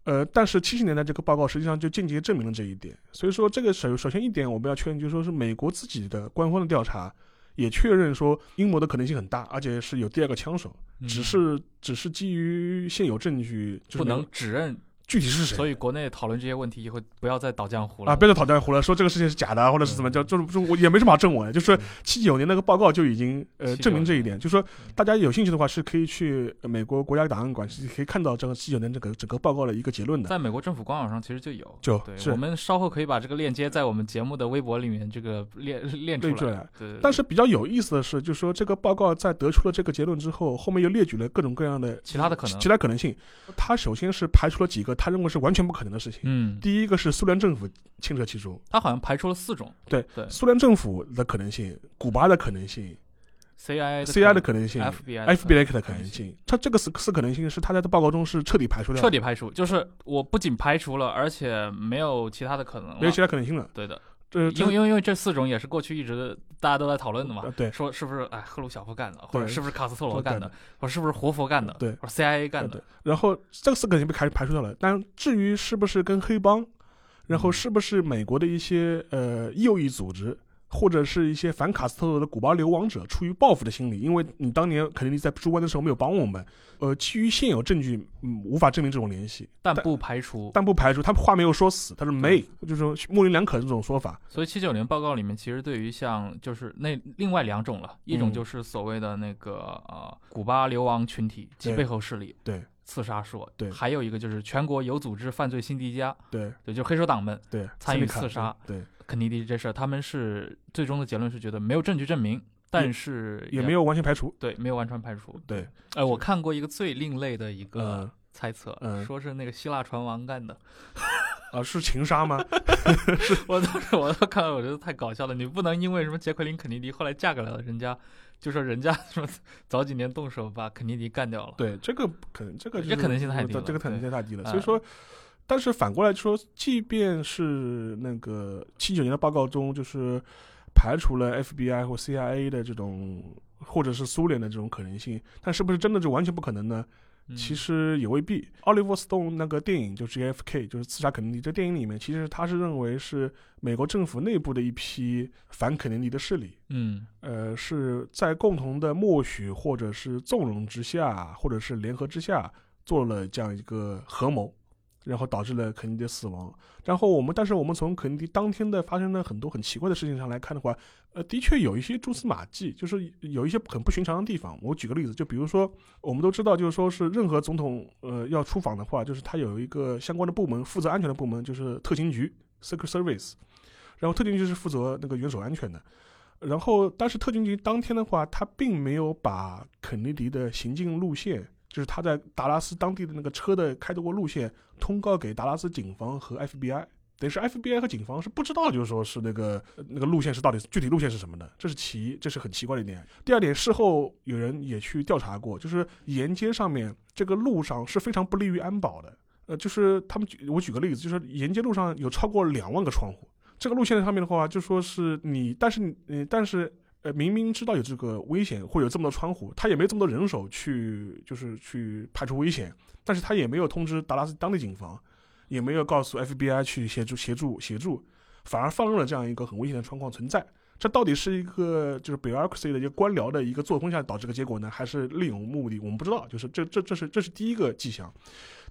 Speaker 3: 呃，但是七十年代这个报告实际上就间接证明了这一点。所以说，这个首首先一点我们要确认，就是说是美国自己的官方的调查也确认说阴谋的可能性很大，而且是有第二个枪手，只是只是基于现有证据，就是
Speaker 4: 嗯不
Speaker 3: 没有
Speaker 4: 能指认，
Speaker 3: 具体是谁。
Speaker 4: 所以国内讨论这些问题以后不要再倒江湖了
Speaker 3: 啊，不要再讨江湖了，说这个事情是假的，啊或者
Speaker 4: 嗯
Speaker 3: 是怎么叫，就是就是我也没什么好证伪，就是七九年那个报告就已经呃
Speaker 4: 79
Speaker 3: 证明这一点，
Speaker 4: 嗯年嗯
Speaker 3: 就说大家有兴趣的话是可以去呃美国国家档案馆是可以看到这个七九年这个整个报告的一个结论的。
Speaker 4: 在美国政府官网上其实就有，
Speaker 3: 就
Speaker 4: 对，
Speaker 3: 是
Speaker 4: 我们稍后可以把这个链接在我们节目的微博里面这个链链出
Speaker 3: 列出
Speaker 4: 来。
Speaker 3: 来，
Speaker 4: 对，对
Speaker 3: 但
Speaker 4: 对
Speaker 3: 是比较有意思的是，就是说这个报告在得出了这个结论之后，后面又列举了各种各样的
Speaker 4: 其他的可能
Speaker 3: 其他可能性。他首先是排除了几个他认为是完全不可能的事情。
Speaker 4: 嗯，
Speaker 3: 第一个是苏联政府牵扯其中，
Speaker 4: 他好像排除了四种
Speaker 3: 对
Speaker 4: 对
Speaker 3: 苏联政府的可能性、古巴的可能性、
Speaker 4: ，CIA
Speaker 3: CIA 的可
Speaker 4: 可
Speaker 3: 能性、
Speaker 4: 能 FBI 的可能
Speaker 3: FBI 的可能性。它这个四四可能性是他在这报告中是彻底排除掉的，
Speaker 4: 彻底排除，就是我不仅排除了，而且没有其他的可能了。
Speaker 3: 没有其他可能性了。
Speaker 4: 对的，
Speaker 3: 这这
Speaker 4: 因为因为因为这四种也是过去一直大家都在讨论的嘛
Speaker 3: 呃，对
Speaker 4: 说是不是哎赫鲁晓夫干的，或者
Speaker 3: 对
Speaker 4: 是不是卡斯特
Speaker 3: 都
Speaker 4: 罗
Speaker 3: 干
Speaker 4: 干
Speaker 3: 的
Speaker 4: 的，或者是不是活佛干的，
Speaker 3: 对
Speaker 4: 或者 CIA
Speaker 3: 呃
Speaker 4: 干
Speaker 3: 对
Speaker 4: 的，
Speaker 3: 然后这个四个肯定被排排除掉了。但至于是不是跟黑帮，然
Speaker 4: 嗯
Speaker 3: 后是不是美国的一些呃右翼组织，或者是一些反卡斯特罗的古巴流亡者，出于报复的心理，因为你当年肯定在猪湾的时候没有帮我们，呃，基于现有证据，嗯，无法证明这种联系，
Speaker 4: 但不排除。
Speaker 3: 但不排除他话没有说死，他说没，就是说模棱两可这种说法。
Speaker 4: 所以七九年报告里面，其实对于像就是那另外两种了，一种
Speaker 3: 嗯
Speaker 4: 就是所谓的那个呃古巴流亡群体及
Speaker 3: 对
Speaker 4: 背后势力，
Speaker 3: 对
Speaker 4: 刺杀说，
Speaker 3: 对
Speaker 4: 还有一个就是全国有组织犯罪新敌家，
Speaker 3: 对
Speaker 4: 对，就是黑手党们
Speaker 3: 对，
Speaker 4: 参
Speaker 3: 森
Speaker 4: 与
Speaker 3: 林卡
Speaker 4: 刺杀，
Speaker 3: 对。
Speaker 4: 肯尼迪这事儿，他们是最终的结论是觉得没有证据证明，但是
Speaker 3: 也没有完全排除。
Speaker 4: 对，没有完全排除。
Speaker 3: 对，
Speaker 4: 哎，我看过一个最另类的一个
Speaker 3: 嗯
Speaker 4: 猜测，
Speaker 3: 嗯
Speaker 4: 说是那个希腊船王 干的。
Speaker 3: 啊，是情杀吗？
Speaker 4: 我当时我都看了，我觉得太搞笑了。你不能因为什么杰奎琳·肯尼迪后来嫁给了人家，就说人家什么早几年动手把肯尼迪干掉了。
Speaker 3: 对，这个可能这个
Speaker 4: 这
Speaker 3: 就是
Speaker 4: 可能性太低
Speaker 3: 对
Speaker 4: 了
Speaker 3: 这个可能性太低了。
Speaker 4: 对
Speaker 3: 所以说，但是反过来说，即便是那个七九年的报告中，就是排除了 FBI 或 CIA 的这种，或者是苏联的这种可能性，但是不是真的就完全不可能呢？
Speaker 4: 嗯
Speaker 3: 其实也未必。奥利弗·斯通那个电影就是 JFK，就是刺杀肯尼迪的电影里面，其实他是认为是美国政府内部的一批反肯尼迪的势力，
Speaker 4: 嗯
Speaker 3: 呃，是在共同的默许或者是纵容之下，或者是联合之下，做了这样一个合谋，然后导致了肯尼迪的死亡。然后我们，但是我们从肯尼迪当天的发生的很多很奇怪的事情上来看的话，呃，的确有一些蛛丝马迹，就是有一些很不寻常的地方。我举个例子，就比如说，我们都知道，就是说是任何总统呃要出访的话，就是他有一个相关的部门负责安全的部门，就是特勤局 （Secret Service），然后特勤局是负责那个元首安全的。然后，但是特勤局当天的话，他并没有把肯尼迪的行进路线，就是他在达拉斯当地的那个车的开过路线，通告给达拉斯警方和 FBI。等于是 FBI 和警方是不知道，就是说是那个呃那个路线是到底具体路线是什么的，这是其一，这是很奇怪的一点。第二点，事后有人也去调查过，就是沿街上面这个路上是非常不利于安保的。呃，就是他们举我举个例子，就是沿街路上有超过两万个窗户，这个路线上面的话，就说是你，但是你，呃但是呃，明明知道有这个危险，会有这么多窗户，他也没有这么多人手去，就是去排除危险，但是他也没有通知达拉斯当地警方，也没有告诉 FBI 去协助协助协助，反而放任了这样一个很危险的状况存在。这到底是一个就是 bureaucracy 的一个官僚的一个作风下导致的结果呢，还是另有目的？我们不知道。就是这这这是这是第一个迹象。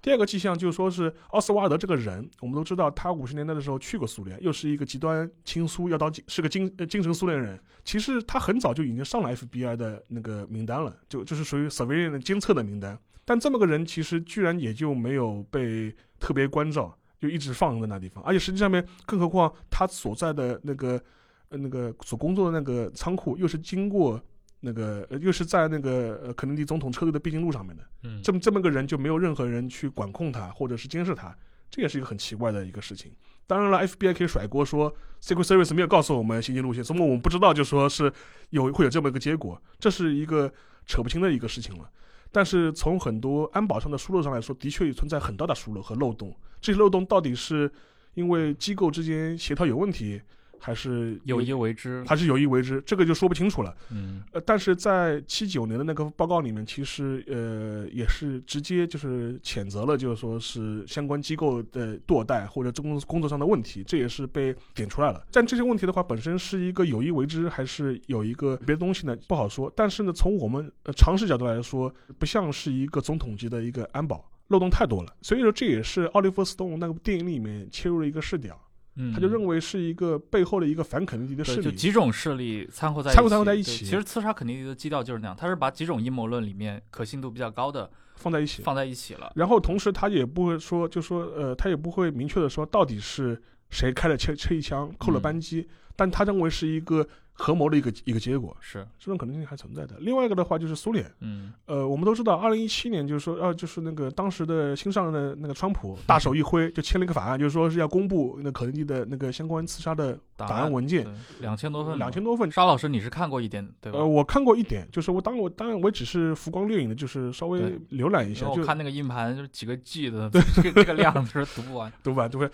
Speaker 3: 第二个迹象就是说是奥斯瓦尔德这个人，我们都知道他五十年代的时候去过苏联，又是一个极端亲苏，要当是个精呃精神苏联人。其实他很早就已经上了 FBI 的那个名单了，就就是属于 surveillance 的监测的名单。但这么个人其实居然也就没有被特别关照，就一直放在那地方。而且实际上面，更何况他所在的那个呃那个所工作的那个仓库，又是经过那个呃又是在那个呃肯尼迪总统车队的必经路上面的。
Speaker 4: 嗯，
Speaker 3: 这么这么个人就没有任何人去管控他或者是监视他，这也是一个很奇怪的一个事情。当然了，FBI 可以甩锅说 Secret Service 没有告诉我们行进路线，所以我们不知道，就说是有会有这么一个结果，这是一个扯不清的一个事情了。但是从很多安保上的疏漏上来说，的确存在很大的疏漏和漏洞。这些漏洞到底是因为机构之间协调有问题，还是
Speaker 4: 有意为之，
Speaker 3: 还是有意为之，这个就说不清楚了。
Speaker 4: 嗯
Speaker 3: 呃，但是在七九年的那个报告里面，其实呃也是直接就是谴责了，就是说是相关机构的堕怠或者工工作上的问题，这也是被点出来了。但这些问题的话，本身是一个有意为之，还是有一个别的东西呢，不好说。但是呢，从我们呃常识角度来说，不像是一个总统级的一个安保。漏洞太多了，所以说这也是奥利弗·斯通那个电影里面切入了一个视角，
Speaker 4: 嗯，
Speaker 3: 他就认为是一个背后的一个反肯尼迪的势
Speaker 4: 对，
Speaker 3: 力，
Speaker 4: 就几种势力掺和在
Speaker 3: 掺和掺和在
Speaker 4: 一
Speaker 3: 一
Speaker 4: 对
Speaker 3: 起
Speaker 4: 其实刺杀肯尼迪的基调就是那样，他是把几种阴谋论里面可信度比较高的
Speaker 3: 放在一起，
Speaker 4: 放在一起了。
Speaker 3: 然后同时他也不会说，就说呃，他也不会明确的说到底是谁开了车车一枪扣了
Speaker 4: 嗯
Speaker 3: 扳机，但他认为是一个合谋的一个一个结果，
Speaker 4: 是，
Speaker 3: 这种可能性还存在的。另外一个的话就是苏联，
Speaker 4: 嗯
Speaker 3: 呃，我们都知道，二零一七年就是说，呃，就是那个当时的新上任的那个川 普大手一挥就签了一个法案，就是说是要公布那肯尼迪的那个相关刺杀的
Speaker 4: 档
Speaker 3: 档案文件，
Speaker 4: 两千多份，
Speaker 3: 两千。多份。
Speaker 4: 沙老师，你是看过一点对吧？
Speaker 3: 呃，我看过一点，就是我当我当然我只是浮光掠影的，就是稍微
Speaker 4: 对
Speaker 3: 浏览一
Speaker 4: 因
Speaker 3: 下，
Speaker 4: 为
Speaker 3: 就
Speaker 4: 我看那个硬盘就是几个 G 的， 这个这个量就是读不完。
Speaker 3: 对吧？对不对？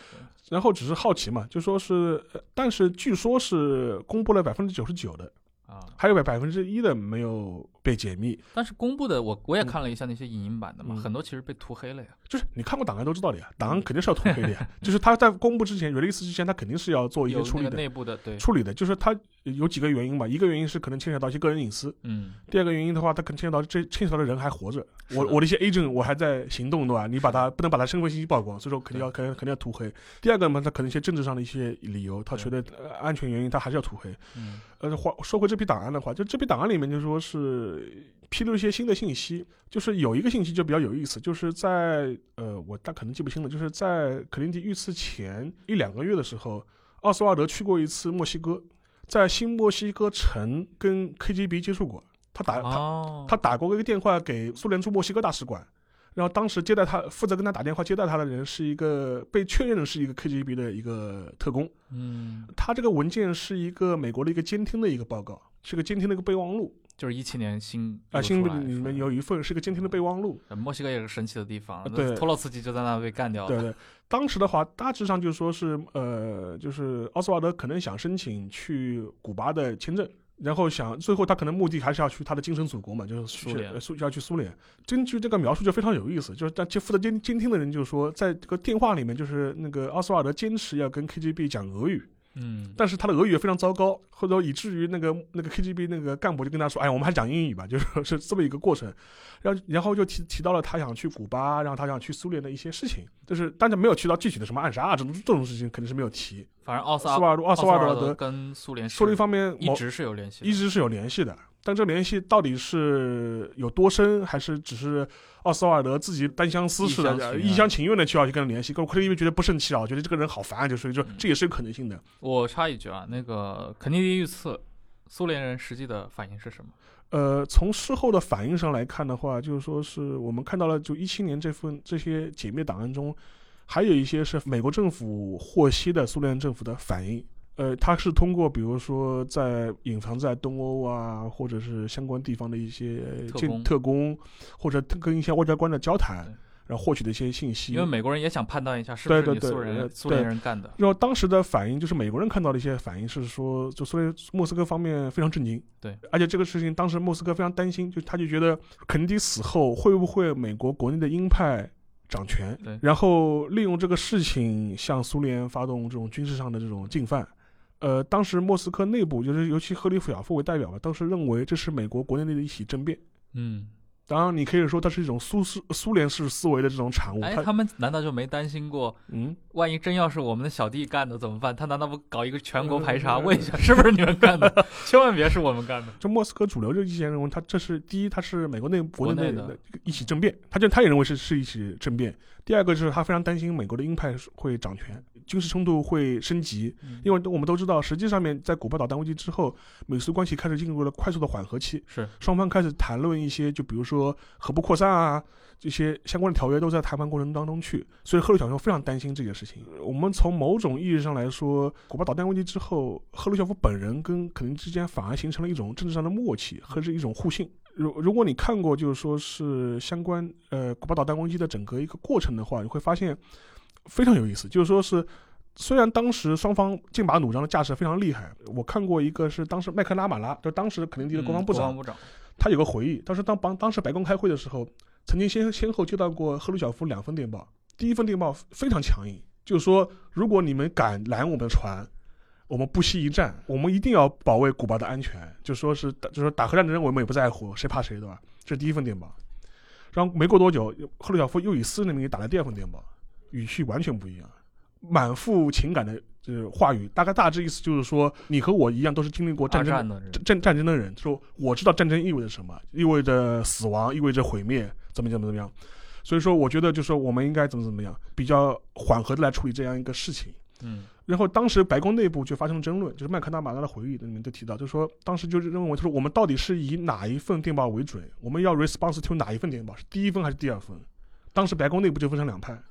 Speaker 3: 然后只是好奇嘛，就说是，呃但是据说是公布了百分之九十九的，
Speaker 4: 啊，
Speaker 3: 还有百百分之一的没有被解密。
Speaker 4: 但是公布的我我也看了一下那些影音版的嘛，
Speaker 3: 嗯
Speaker 4: 很多其实被涂黑了呀。
Speaker 3: 就是你看过档案都知道的呀，档案肯定是要通黑的呀。就是他在公布之前，release 之前，他肯定是要做一
Speaker 4: 嗯有
Speaker 3: 些处理
Speaker 4: 那个
Speaker 3: 的。
Speaker 4: 内部的对，
Speaker 3: 处理的就是他有几个原因吧，一个原因是可能牵扯到一些个人隐私，
Speaker 4: 嗯，
Speaker 3: 第二个原因的话，他可能牵扯到这牵扯到的人还活着，
Speaker 4: 是
Speaker 3: 我
Speaker 4: 的
Speaker 3: 我的一些 agent 我还在行动，对吧？你把他不能把他身份信息曝光，所以说肯定要肯定肯定要涂黑。第二个嘛，他可能一些政治上的一些理由，他觉得、呃安全原因，他还是要涂黑。
Speaker 4: 嗯
Speaker 3: 呃，话说回这批档案的话，就这批档案里面就说是披露一些新的信息，就是有一个信息就比较有意思，就是在呃，我大可能记不清了，就是在肯尼迪遇刺前一两个月的时候，奥斯瓦尔德去过一次墨西哥，在新墨西哥城跟 KGB 接触过，他打、他
Speaker 4: 哦，
Speaker 3: 他打过一个电话给苏联驻墨西哥大使馆，然后当时接待他负责跟他打电话接待他的人是一个被确认的是一个 KGB 的一个特工。
Speaker 4: 嗯
Speaker 3: 他这个文件是一个美国的一个监听的一个报告，是个监听的一个备忘录。
Speaker 4: 就是一七年新
Speaker 3: 啊，
Speaker 4: 又
Speaker 3: 新
Speaker 4: 出
Speaker 3: 闻
Speaker 4: 来
Speaker 3: 里
Speaker 4: 说
Speaker 3: 面有一份是一个监听的备忘录，
Speaker 4: 呃墨西哥也是神奇的地方，那
Speaker 3: 对
Speaker 4: 托洛茨基就在那被干掉了。
Speaker 3: 对对，当时的话大致上就说是呃，就是奥斯瓦德可能想申请去古巴的签证，然后想最后他可能目的还是要去他的精神祖国嘛，就是去
Speaker 4: 苏联
Speaker 3: 呃苏要去苏联。根据这个描述就非常有意思，就是但这负责监监听的人就说，在这个电话里面，就是那个奥斯瓦德坚持要跟 KGB 讲俄语，
Speaker 4: 嗯，
Speaker 3: 但是他的俄语也非常糟糕，或者以至于那个那个 KGB 那个干部就跟他说：“哎，我们还讲英语吧。” 就是说是这么一个过程。然后然后就提提到了他想去古巴，然后他想去苏联的一些事情，就是但是没有提到具体的什么暗杀啊这种这种事情肯定是没有提。
Speaker 4: 反正奥斯
Speaker 3: 斯
Speaker 4: 瓦
Speaker 3: 瓦鲁奥
Speaker 4: 奥
Speaker 3: 斯
Speaker 4: 瓦
Speaker 3: 瓦尔
Speaker 4: 德
Speaker 3: 德
Speaker 4: 跟苏联
Speaker 3: 说了一
Speaker 4: 是
Speaker 3: 方面
Speaker 4: 一
Speaker 3: 某
Speaker 4: 直是有联系的，
Speaker 3: 一直是有联系的，但这联系到底是有多深，还是只是奥斯瓦尔德自己单相思似
Speaker 4: 一厢情
Speaker 3: 的
Speaker 4: 愿
Speaker 3: 一厢情愿的去要去跟他联系？跟 KGB 觉得不胜其扰，觉得这个人好烦啊，就是就
Speaker 4: 嗯
Speaker 3: 这也是有可能性的。
Speaker 4: 我插一句啊，那个肯尼迪遇刺，苏联人实际的反应是什么？
Speaker 3: 呃，从事后的反应上来看的话，就是说是我们看到了，就一七年这份这些解密档案中，还有一些是美国政府获悉的苏联政府的反应。呃，它是通过比如说在隐藏在东欧啊，或者是相关地方的一些
Speaker 4: 特
Speaker 3: 间
Speaker 4: 工
Speaker 3: 特工，或者跟一些外交官的交谈
Speaker 4: 对，
Speaker 3: 然后获取的一些信息。
Speaker 4: 因为美国人也想判断一下是不是
Speaker 3: 对对
Speaker 4: 你
Speaker 3: 对
Speaker 4: 苏联人
Speaker 3: 呃
Speaker 4: 苏联人干的。
Speaker 3: 然后当时的反应就是美国人看到的一些反应是说，就所以莫斯科方面非常震惊，
Speaker 4: 对，
Speaker 3: 而且这个事情当时莫斯科非常担心，就他就觉得肯尼迪死后会不会美国国内的鹰派掌权，
Speaker 4: 对
Speaker 3: 然后利用这个事情向苏联发动这种军事上的这种进犯。呃，当时莫斯科内部就是尤其赫里夫小夫为代表吧，当时认为这是美国国内的一起政变。
Speaker 4: 嗯，
Speaker 3: 当然，你可以说它是一种苏苏苏联式思维的这种产物。
Speaker 4: 哎，
Speaker 3: 它
Speaker 4: 他们难道就没担心过，
Speaker 3: 嗯，
Speaker 4: 万一真要是我们的小弟干的怎么办？他难道不搞一个全国 排查，
Speaker 3: 嗯
Speaker 4: 问一下是不是你们干 的？千万别是我们干的。
Speaker 3: 就莫斯科主流这意见认为，它这是第一，它是美国内国
Speaker 4: 国内
Speaker 3: 内
Speaker 4: 的
Speaker 3: 的一起政变，他就他也认为是是一起政变。第二个就是他非常担心美国的鹰派会掌权，军事冲突会升级，
Speaker 4: 嗯
Speaker 3: 因为我们都知道，实际上面在古巴导弹危机之后，美苏关系开始进入了快速的缓和期，
Speaker 4: 是
Speaker 3: 双方开始谈论一些，就比如说核不扩散啊，这些相关的条约都在谈判过程当中去，所以赫鲁晓夫非常担心这件事情。呃我们从某种意义上来说，古巴导弹危机之后，赫鲁晓夫本人跟肯尼基之间反而形成了一种政治上的默契和是一种互信。如如果你看过就是说是相关呃古巴导弹危机的整个一个过程的话，你会发现非常有意思，就是说是虽然当时双方剑拔弩张的架势非常厉害，我看过一个是当时麦克拉马拉，就当时肯尼迪的国防部
Speaker 4: 嗯国
Speaker 3: 长，
Speaker 4: 防部长，
Speaker 3: 他有个回忆，当时当帮当时白宫开会的时候，曾经先先后接到过赫鲁晓夫两份电报，第一份电报非常强硬，就是说如果你们敢拦我们的船。我们不惜一战，我们一定要保卫古巴的安全。就说是打，就说打核战争，我们也不在乎，谁怕谁，对吧？这是第一份电报。然后没过多久，赫鲁晓夫又以私人的名义打来第二份电报，语气完全不一样，满腹情感的就是话语，大概大致意思就是说，你和我一样都是经历过战
Speaker 4: 二
Speaker 3: 争的
Speaker 4: 战的人，
Speaker 3: 战战战争的人说，我知道战争意味着什么，意味着死亡，意味着毁灭，怎么怎么怎么样。所以说，我觉得就是说我们应该怎么怎么样，比较缓和的来处理这样一个事情。
Speaker 4: 嗯，
Speaker 3: 然后当时白宫内部就发生了争论，就是麦克纳马拉的回忆里面就提到，就是说当时就是认为，他说我们到底是以哪一份电报为准，我们要 response to 哪一份电报，是第一份还是第二份？当时白宫内部就分成两派，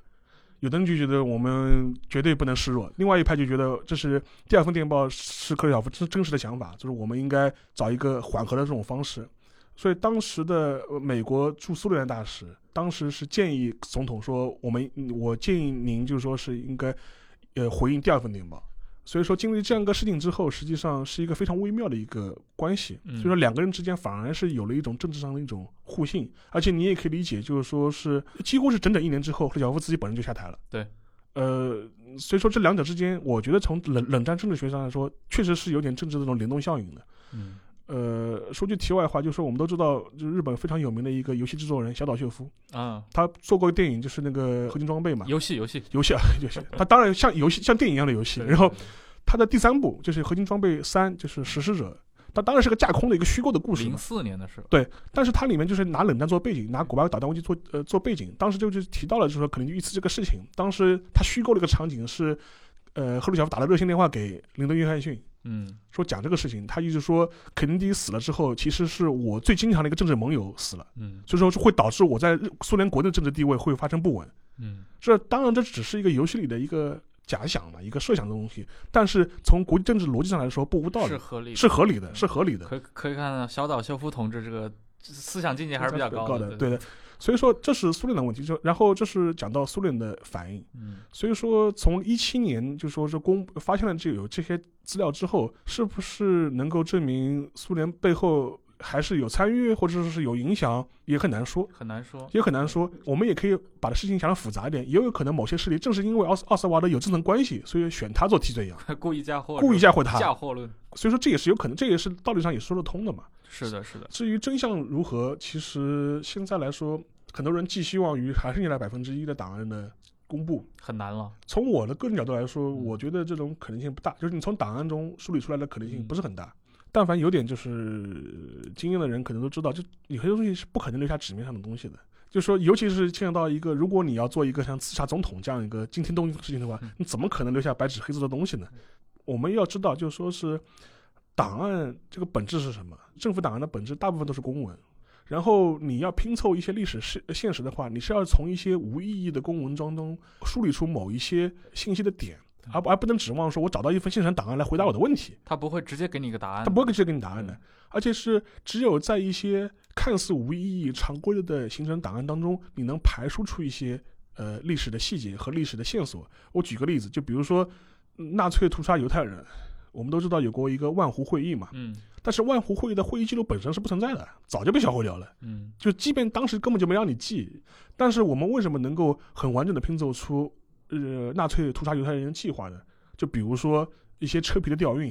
Speaker 3: 有的人就觉得我们绝对不能示弱，另外一派就觉得这是第二份电报是克里晓夫真真实的想法，就是我们应该找一个缓和的这种方式。所以当时的呃美国驻苏联大使当时是建议总统说，我们嗯我建议您就是说是应该呃回应第二份电报。所以说，经历这样一个事情之后，实际上是一个非常微妙的一个关系。
Speaker 4: 嗯
Speaker 3: 所以说，两个人之间反而是有了一种政治上的一种互信，而且你也可以理解，就是说是几乎是整整一年之后，赫鲁晓夫自己本人就下台了。
Speaker 4: 对，
Speaker 3: 呃，所以说这两者之间，我觉得从冷冷战政治学上来说，确实是有点政治的这种联动效应的。
Speaker 4: 嗯，
Speaker 3: 呃，说句题外话，就是说我们都知道，就是日本非常有名的一个游戏制作人小岛秀夫，
Speaker 4: 啊，
Speaker 3: 他做过电影，就是那个《合金装备》嘛，
Speaker 4: 游戏游戏，
Speaker 3: 游戏啊， 游戏，他当然像游戏像电影一样的游戏。
Speaker 4: 对
Speaker 3: 然后
Speaker 4: 对对
Speaker 3: 他的第三部就是《合金装备三》，就是《实施者》，他当然是个架空的一个虚构的故事嘛
Speaker 4: 零，四年的时候，
Speaker 3: 但是它里面就是拿冷战做背景，拿古巴导弹危机做呃做背景。当时就就提到了，就是说肯尼迪遇刺这个事情。当时他虚构了一个场景是，呃，赫鲁晓夫打了热线电话给林登·约翰逊，
Speaker 4: 嗯，
Speaker 3: 说讲这个事情。他一直说肯尼迪死了之后，其实是我最经常的一个政治盟友死了，
Speaker 4: 嗯
Speaker 3: 所以说会导致我在日苏联国内的政治地位会发生不稳。
Speaker 4: 嗯，
Speaker 3: 这当然这只是一个游戏里的一个假想的一个设想的东西，但是从国际政治逻辑上来说不无道
Speaker 4: 是
Speaker 3: 理，
Speaker 4: 合理的，
Speaker 3: 是合理的，是嗯合理的。
Speaker 4: 可以可以看到小岛秀夫同志这个思想境界还是比较
Speaker 3: 高
Speaker 4: 的，
Speaker 3: 对
Speaker 4: 的，
Speaker 3: 的。所以说这是苏联的问题，就然后这是讲到苏联的反应。
Speaker 4: 嗯，
Speaker 3: 所以说从一七年就说是公发现了这有这些资料之后，是不是能够证明苏联背后还是有参与或者是有影响，也很难说。
Speaker 4: 很难说，
Speaker 3: 也很难说，我们也可以把事情想得复杂一点，也有可能某些势力正是因为奥斯奥斯瓦德有这层关系，所以选他做替罪羊，
Speaker 4: 故意嫁祸，
Speaker 3: 故意嫁祸
Speaker 4: 嫁
Speaker 3: 他，
Speaker 4: 祸论，
Speaker 3: 所以说这也是有可能，这也是道理上也说得通的嘛。
Speaker 4: 是的，是的，
Speaker 3: 至于真相如何，其实现在来说，很多人寄希望于还是那百分之一的档案的公布。
Speaker 4: 很难了，
Speaker 3: 从我的个人角度来说，我觉得这种可能性不大，就是你从档案中梳理出来的可能性
Speaker 4: 嗯
Speaker 3: 不是很大。但凡有点就是呃经验的人，可能都知道，就有些东西是不可能留下纸面上的东西的。就说，尤其是牵扯到一个，如果你要做一个像刺杀总统这样一个惊天动地的事情的话
Speaker 4: 嗯，
Speaker 3: 你怎么可能留下白纸黑字的东西呢？我们要知道，就说是档案这个本质是什么？政府档案的本质大部分都是公文，然后你要拼凑一些历史事呃现实的话，你是要从一些无意义的公文当中梳理出某一些信息的点，
Speaker 4: 嗯
Speaker 3: 而不而不能指望说我找到一份现成档案来回答我的问题，
Speaker 4: 他不会直接给你一个答案，
Speaker 3: 他不会直接给你答案的
Speaker 4: 嗯。
Speaker 3: 而且是只有在一些看似无意义、常规的形成档案当中，你能排除出一些呃历史的细节和历史的线索。我举个例子，就比如说嗯纳粹屠杀犹太人，我们都知道有过一个万湖会议嘛，
Speaker 4: 嗯
Speaker 3: 但是万湖会议的会议记录本身是不存在的，早就被销毁掉了。
Speaker 4: 嗯，
Speaker 3: 就即便当时根本就没让你记，但是我们为什么能够很完整的拼凑出呃纳粹屠杀犹太人的计划呢？就比如说一些车皮的调运，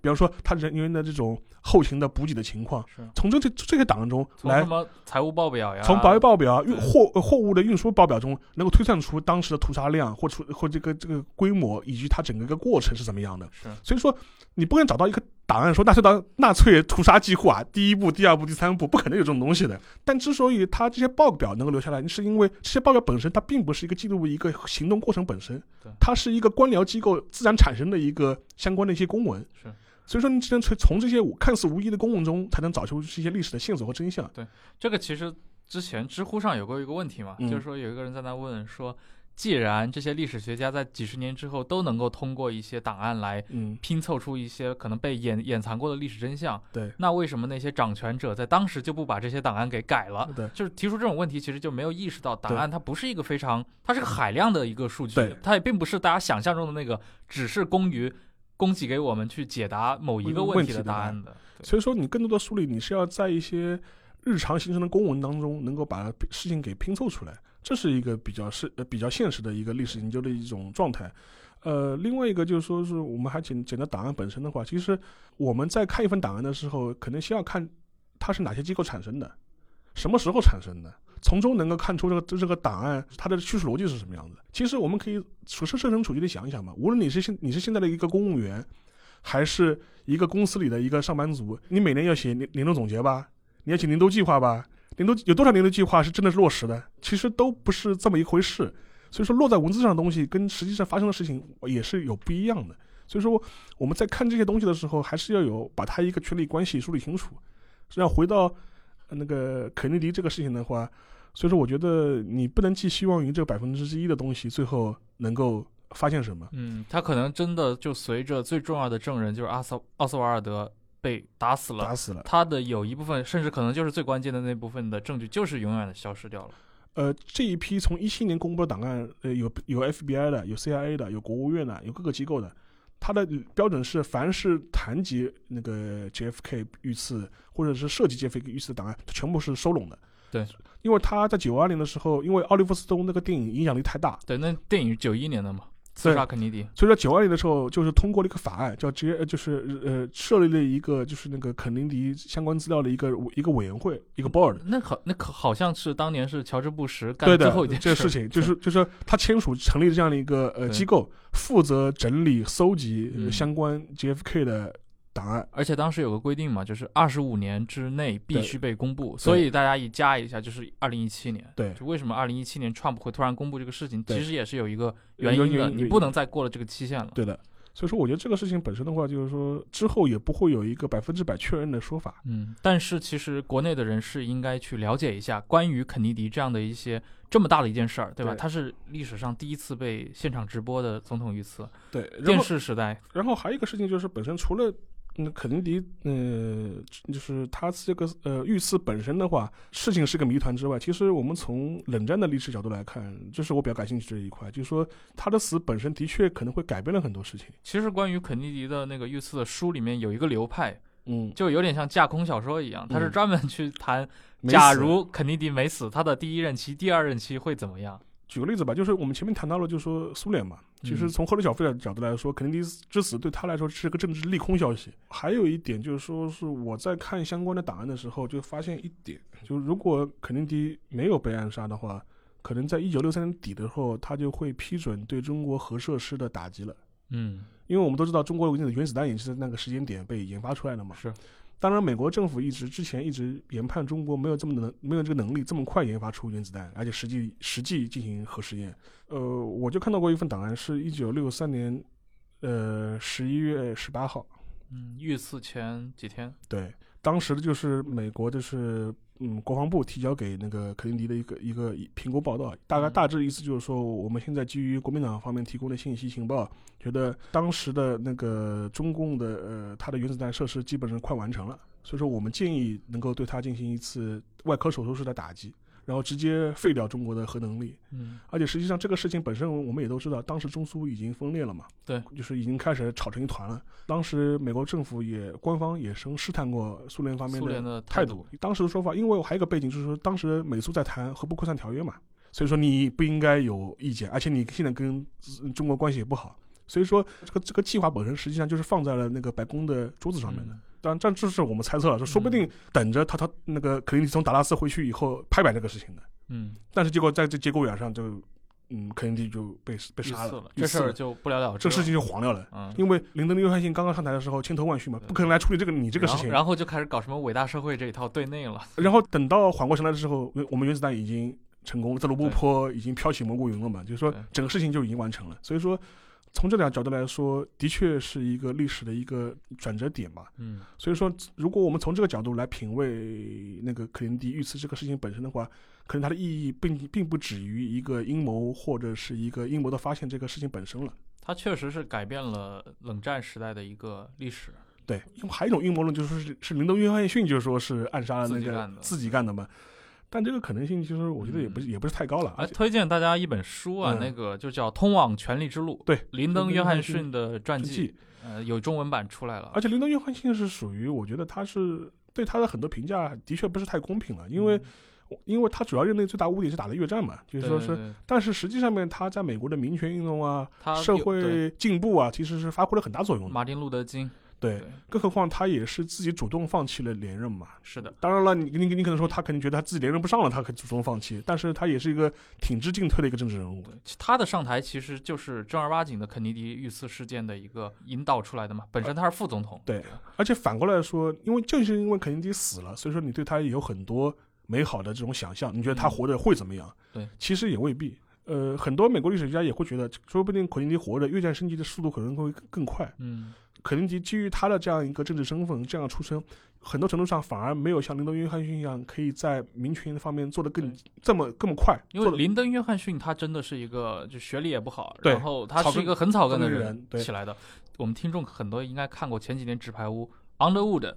Speaker 3: 比方说他人员的这种后勤的补给的情况，
Speaker 4: 是
Speaker 3: 从这这这些档案中
Speaker 4: 从
Speaker 3: 来
Speaker 4: 什么财务报表呀，
Speaker 3: 从保卫报表、运
Speaker 4: 对
Speaker 3: 货呃货物的运输报表中，能够推算出当时的屠杀量或出或这个这个规模以及它整个一个过程是怎么样的。
Speaker 4: 是
Speaker 3: 所以说，你不可能找到一个档案说纳粹当纳粹屠杀计划第一步、第二步、第三步，不可能有这种东西的。但之所以它这些报表能够留下来，是因为这些报表本身它并不是一个记录一个行动过程本身
Speaker 4: 对，
Speaker 3: 它是一个官僚机构自然产生的一个相关的一些公文。
Speaker 4: 是。
Speaker 3: 所以说，你只能从从这些看似无意的公文中，才能找出这些历史的线索和真相。
Speaker 4: 这个其实之前知乎上有过一个问题嘛，
Speaker 3: 嗯
Speaker 4: 就是说有一个人在那问说，既然这些历史学家在几十年之后都能够通过一些档案来
Speaker 3: 嗯，
Speaker 4: 拼凑出一些可能被掩掩藏过的历史真相，
Speaker 3: 对，
Speaker 4: 那为什么那些掌权者在当时就不把这些档案给改了？
Speaker 3: 对。
Speaker 4: 就是提出这种问题，其实就没有意识到档
Speaker 3: 嗯对
Speaker 4: 案它不是一个非常，它是个海量的一个数据
Speaker 3: 对，
Speaker 4: 它也并不是大家想象中的那个，只是供于供给给我们去解答某一个
Speaker 3: 嗯
Speaker 4: 问
Speaker 3: 问
Speaker 4: 题
Speaker 3: 题的
Speaker 4: 的答
Speaker 3: 答案
Speaker 4: 案的。对
Speaker 3: 所以说，你更多的梳理，你是要在一些日常形成的公文当中，能够把事情给拼凑出来，这是一个比较是呃比较现实的一个历史研究的一种状态。呃，另外一个就是说，是我们还讲讲到档案本身的话，其实我们在看一份档案的时候，可能先要看它是哪些机构产生的，什么时候产生的，从中能够看出这个这个档案它的叙事逻辑是什么样子。其实我们可以设设身处地的想一想嘛，无论你是现你是现在的一个公务员，还是一个公司里的一个上班族，你每年要写年年度总结吧，你要写年度计划吧，年度有多少年度计划是真的是落实的？其实都不是这么一回事。所以说，落在文字上的东西跟实际上发生的事情也是有不一样的。所以说，我们在看这些东西的时候，还是要有把它一个权利关系梳理清楚。实际上，回到呃那个肯尼迪这个事情的话，所以说我觉得你不能寄希望于这百分之一的东西最后能够发现什么。
Speaker 4: 嗯，他可能真的就随着最重要的证人就是阿斯奥斯瓦尔德被打死了，
Speaker 3: 打死了。
Speaker 4: 他的有一部分甚至可能就是最关键的那部分的证据就是永远的消失掉了。
Speaker 3: 呃，这一批从一七年公布的档案，呃，有有 FBI 的，有 CIA 的，有国务院的，有各个机构的，它的标准是，凡是谈及那个 JFK 遇刺或者是涉及 JFK 遇刺的档案，全部是收拢的。
Speaker 4: 对，
Speaker 3: 因为他在九二年的时候，因为奥利弗斯通那个电影影响力太大，
Speaker 4: 对，那电影九一年的嘛，刺
Speaker 3: 对
Speaker 4: 杀肯尼迪，
Speaker 3: 所以说九二年的时候，就是通过了一个法案，叫 J，呃就是呃设立了一个就是那个肯尼迪相关资料的一个一个委员会，一个 board。
Speaker 4: 那可那可好像是当年是乔治布什干
Speaker 3: 对
Speaker 4: 的
Speaker 3: 的，
Speaker 4: 最后一件
Speaker 3: 这个事情就是就是他签署成立这样的一个呃
Speaker 4: 对
Speaker 3: 机构，负责整理、搜集、呃
Speaker 4: 嗯
Speaker 3: 相关 JFK 的档案。
Speaker 4: 而且当时有个规定嘛，就是二十五年之内必
Speaker 3: 对
Speaker 4: 须被公布，所以大家一加一下就是二零一七年。
Speaker 3: 对
Speaker 4: 就为什么二零一七年 Trump 会突然公布这个事情，
Speaker 3: 对
Speaker 4: 其实也是有一个
Speaker 3: 有
Speaker 4: 原因
Speaker 3: 有
Speaker 4: 的，
Speaker 3: 有
Speaker 4: 你不能再过了这个期限了。
Speaker 3: 对的，所以说，我觉得这个事情本身的话，就是说之后也不会有一个百分之百确认的说法。
Speaker 4: 嗯，但是其实国内的人是应该去了解一下关于肯尼迪这样的一些这么大的一件事儿，对吧？
Speaker 3: 对
Speaker 4: 它是历史上第一次被现场直播的总统遇刺，
Speaker 3: 对，然
Speaker 4: 电
Speaker 3: 后
Speaker 4: 视时代，
Speaker 3: 然后还有一个事情就是，本身除了嗯肯尼迪，呃，就是他这个呃遇刺本身的话，事情是个谜团之外，其实我们从冷战的历史角度来看，这是我比较感兴趣的一块，就是说他的死本身的确可能会改变了很多事情。
Speaker 4: 其实关于肯尼迪的那个遇刺的书里面有一个流派，
Speaker 3: 嗯，
Speaker 4: 就有点像架空小说一样，它是
Speaker 3: 嗯
Speaker 4: 专门去谈，
Speaker 3: 没
Speaker 4: 假
Speaker 3: 死
Speaker 4: 如肯尼迪没死，他的第一任期、第二任期会怎么样？
Speaker 3: 举个例子吧，就是我们前面谈到了，就是说苏联嘛，其实
Speaker 4: 嗯
Speaker 3: 从赫鲁晓夫的角度来说，肯尼迪之死对他来说是个政治利空消息。还有一点就是说，是我在看相关的档案的时候，就发现一点，就是如果肯尼迪没有被暗杀的话，可能在一九六三年底的时候，他就会批准对中国核设施的打击了。
Speaker 4: 嗯，
Speaker 3: 因为我们都知道，中国的原子弹也是在那个时间点被研发出来的嘛。
Speaker 4: 是，
Speaker 3: 当然，美国政府一直之前一直研判中国没有这么能没有这个能力这么快研发出原子弹，而且实际实际进行核试验。呃，我就看到过一份档案，是一九六三年，呃十一月十八号，
Speaker 4: 嗯，遇刺前几天，
Speaker 3: 对，当时就是美国就是嗯国防部提交给那个肯尼迪的一个一个评估报告，大概
Speaker 4: 嗯
Speaker 3: 大致意思就是说，我们现在基于国民党方面提供的信息情报，觉得当时的那个中共的呃它的原子弹设施基本上快完成了，所以说我们建议能够对它进行一次外科手术式的打击。然后直接废掉中国的核能力，
Speaker 4: 嗯，
Speaker 3: 而且实际上这个事情本身我们也都知道，当时中苏已经分裂了嘛，
Speaker 4: 对，
Speaker 3: 就是已经开始吵成一团了。当时美国政府也官方也曾试探过苏联方面
Speaker 4: 苏联
Speaker 3: 的
Speaker 4: 的
Speaker 3: 态
Speaker 4: 度
Speaker 3: 度，。当时的说法，因为我还有一个背景就是说，当时美苏在谈核不扩散条约嘛，所以说你不应该有意见，而且你现在跟呃中国关系也不好，所以说这个这个计划本身实际上就是放在了那个白宫的桌子上面的。
Speaker 4: 嗯
Speaker 3: 当然，这这是我们猜测了，说说不
Speaker 4: 嗯
Speaker 3: 定等着他他那个肯尼迪从达拉斯回去以后拍板这个事情的，
Speaker 4: 嗯，
Speaker 3: 但是结果在这节骨眼上就，嗯，肯尼迪就被被
Speaker 4: 遇
Speaker 3: 杀
Speaker 4: 刺
Speaker 3: 遇
Speaker 4: 这
Speaker 3: 刺
Speaker 4: 事儿
Speaker 3: 了
Speaker 4: 就不了了
Speaker 3: 这
Speaker 4: 之了。
Speaker 3: 事情就黄掉了。
Speaker 4: 嗯，
Speaker 3: 因为林登的约翰逊刚刚上台的时候千头万绪嘛，
Speaker 4: 对
Speaker 3: 不可能来处理这个你这个事
Speaker 4: 然后
Speaker 3: 情。
Speaker 4: 嗯然后就开始搞什么伟大社会这一套对内了。
Speaker 3: 然后等到缓过神来的时候，我们原子弹已经成功了，在罗布泊已经飘起蘑菇云了嘛，就是说
Speaker 4: 对
Speaker 3: 整个事情就已经完成了。所以说，从这两个角度来说，的确是一个历史的一个转折点吧。
Speaker 4: 嗯，
Speaker 3: 所以说，如果我们从这个角度来品味那个肯尼迪遇刺这个事情本身的话，可能它的意义并并不止于一个阴谋或者是一个阴谋的发现这个事情本身了。
Speaker 4: 它确实是改变了冷战时代的一个历史。
Speaker 3: 对，因为还有一种阴谋论，就是说是是林德约翰逊，就是说是暗杀了那
Speaker 4: 自己
Speaker 3: 个
Speaker 4: 干的
Speaker 3: 自己干的嘛。但这个可能性，其实我觉得也不是、也不是太高了。
Speaker 4: 哎，
Speaker 3: 而且
Speaker 4: 推荐大家一本书啊，
Speaker 3: 嗯
Speaker 4: 那个就叫《通往权力之路》，
Speaker 3: 对，
Speaker 4: 林登·约翰逊的传
Speaker 3: 传
Speaker 4: 记
Speaker 3: 记，
Speaker 4: 呃，有中文版出来了
Speaker 3: 而。且林德约翰逊是属于，我觉得他是对他的很多评价的确不是太公平了，因为、因为他主要任内最大污点是打的越战嘛，就是说是，
Speaker 4: 对对对
Speaker 3: 但是实际上面他在美国的民权运动啊、
Speaker 4: 他
Speaker 3: 社
Speaker 4: 有对
Speaker 3: 会进步啊，其实是发挥了很大作用的。
Speaker 4: 马丁·路德·金，
Speaker 3: 对，
Speaker 4: 对
Speaker 3: 更何况他也是自己主动放弃了连任嘛，
Speaker 4: 是的，
Speaker 3: 当然了，你你你可能说他肯定觉得他自己连任不上了，他可以主动放弃，但是他也是一个挺直进退的一个政治人物。
Speaker 4: 对，其他的上台其实就是正儿八经的肯尼迪遇刺事件的一个引导出来的嘛。本身他是副总统，
Speaker 3: 对而且反过来说，因为正是因为肯尼迪死了，所以说你对他也有很多美好的这种想象，你觉得他活着会怎么样？
Speaker 4: 嗯对，
Speaker 3: 其实也未必。呃，很多美国历史学家也会觉得，说不定肯尼迪活着，越战升级的速度可能会更快。
Speaker 4: 嗯，
Speaker 3: 肯尼迪基于他的这样一个政治身份，这样出身，很多程度上反而没有像林德约翰逊一样，可以在民权方面做得更
Speaker 4: 对
Speaker 3: 这么这么快，
Speaker 4: 因
Speaker 3: 做
Speaker 4: 为
Speaker 3: 得
Speaker 4: 林登·约翰逊他真的是一个就学历也不好，
Speaker 3: 对
Speaker 4: 然后他
Speaker 3: 草
Speaker 4: 是
Speaker 3: 根
Speaker 4: 一个很草根的
Speaker 3: 草根的
Speaker 4: 人
Speaker 3: 人对
Speaker 4: 起来的。我们听众很多应该看过前几年《纸牌屋》，Underwood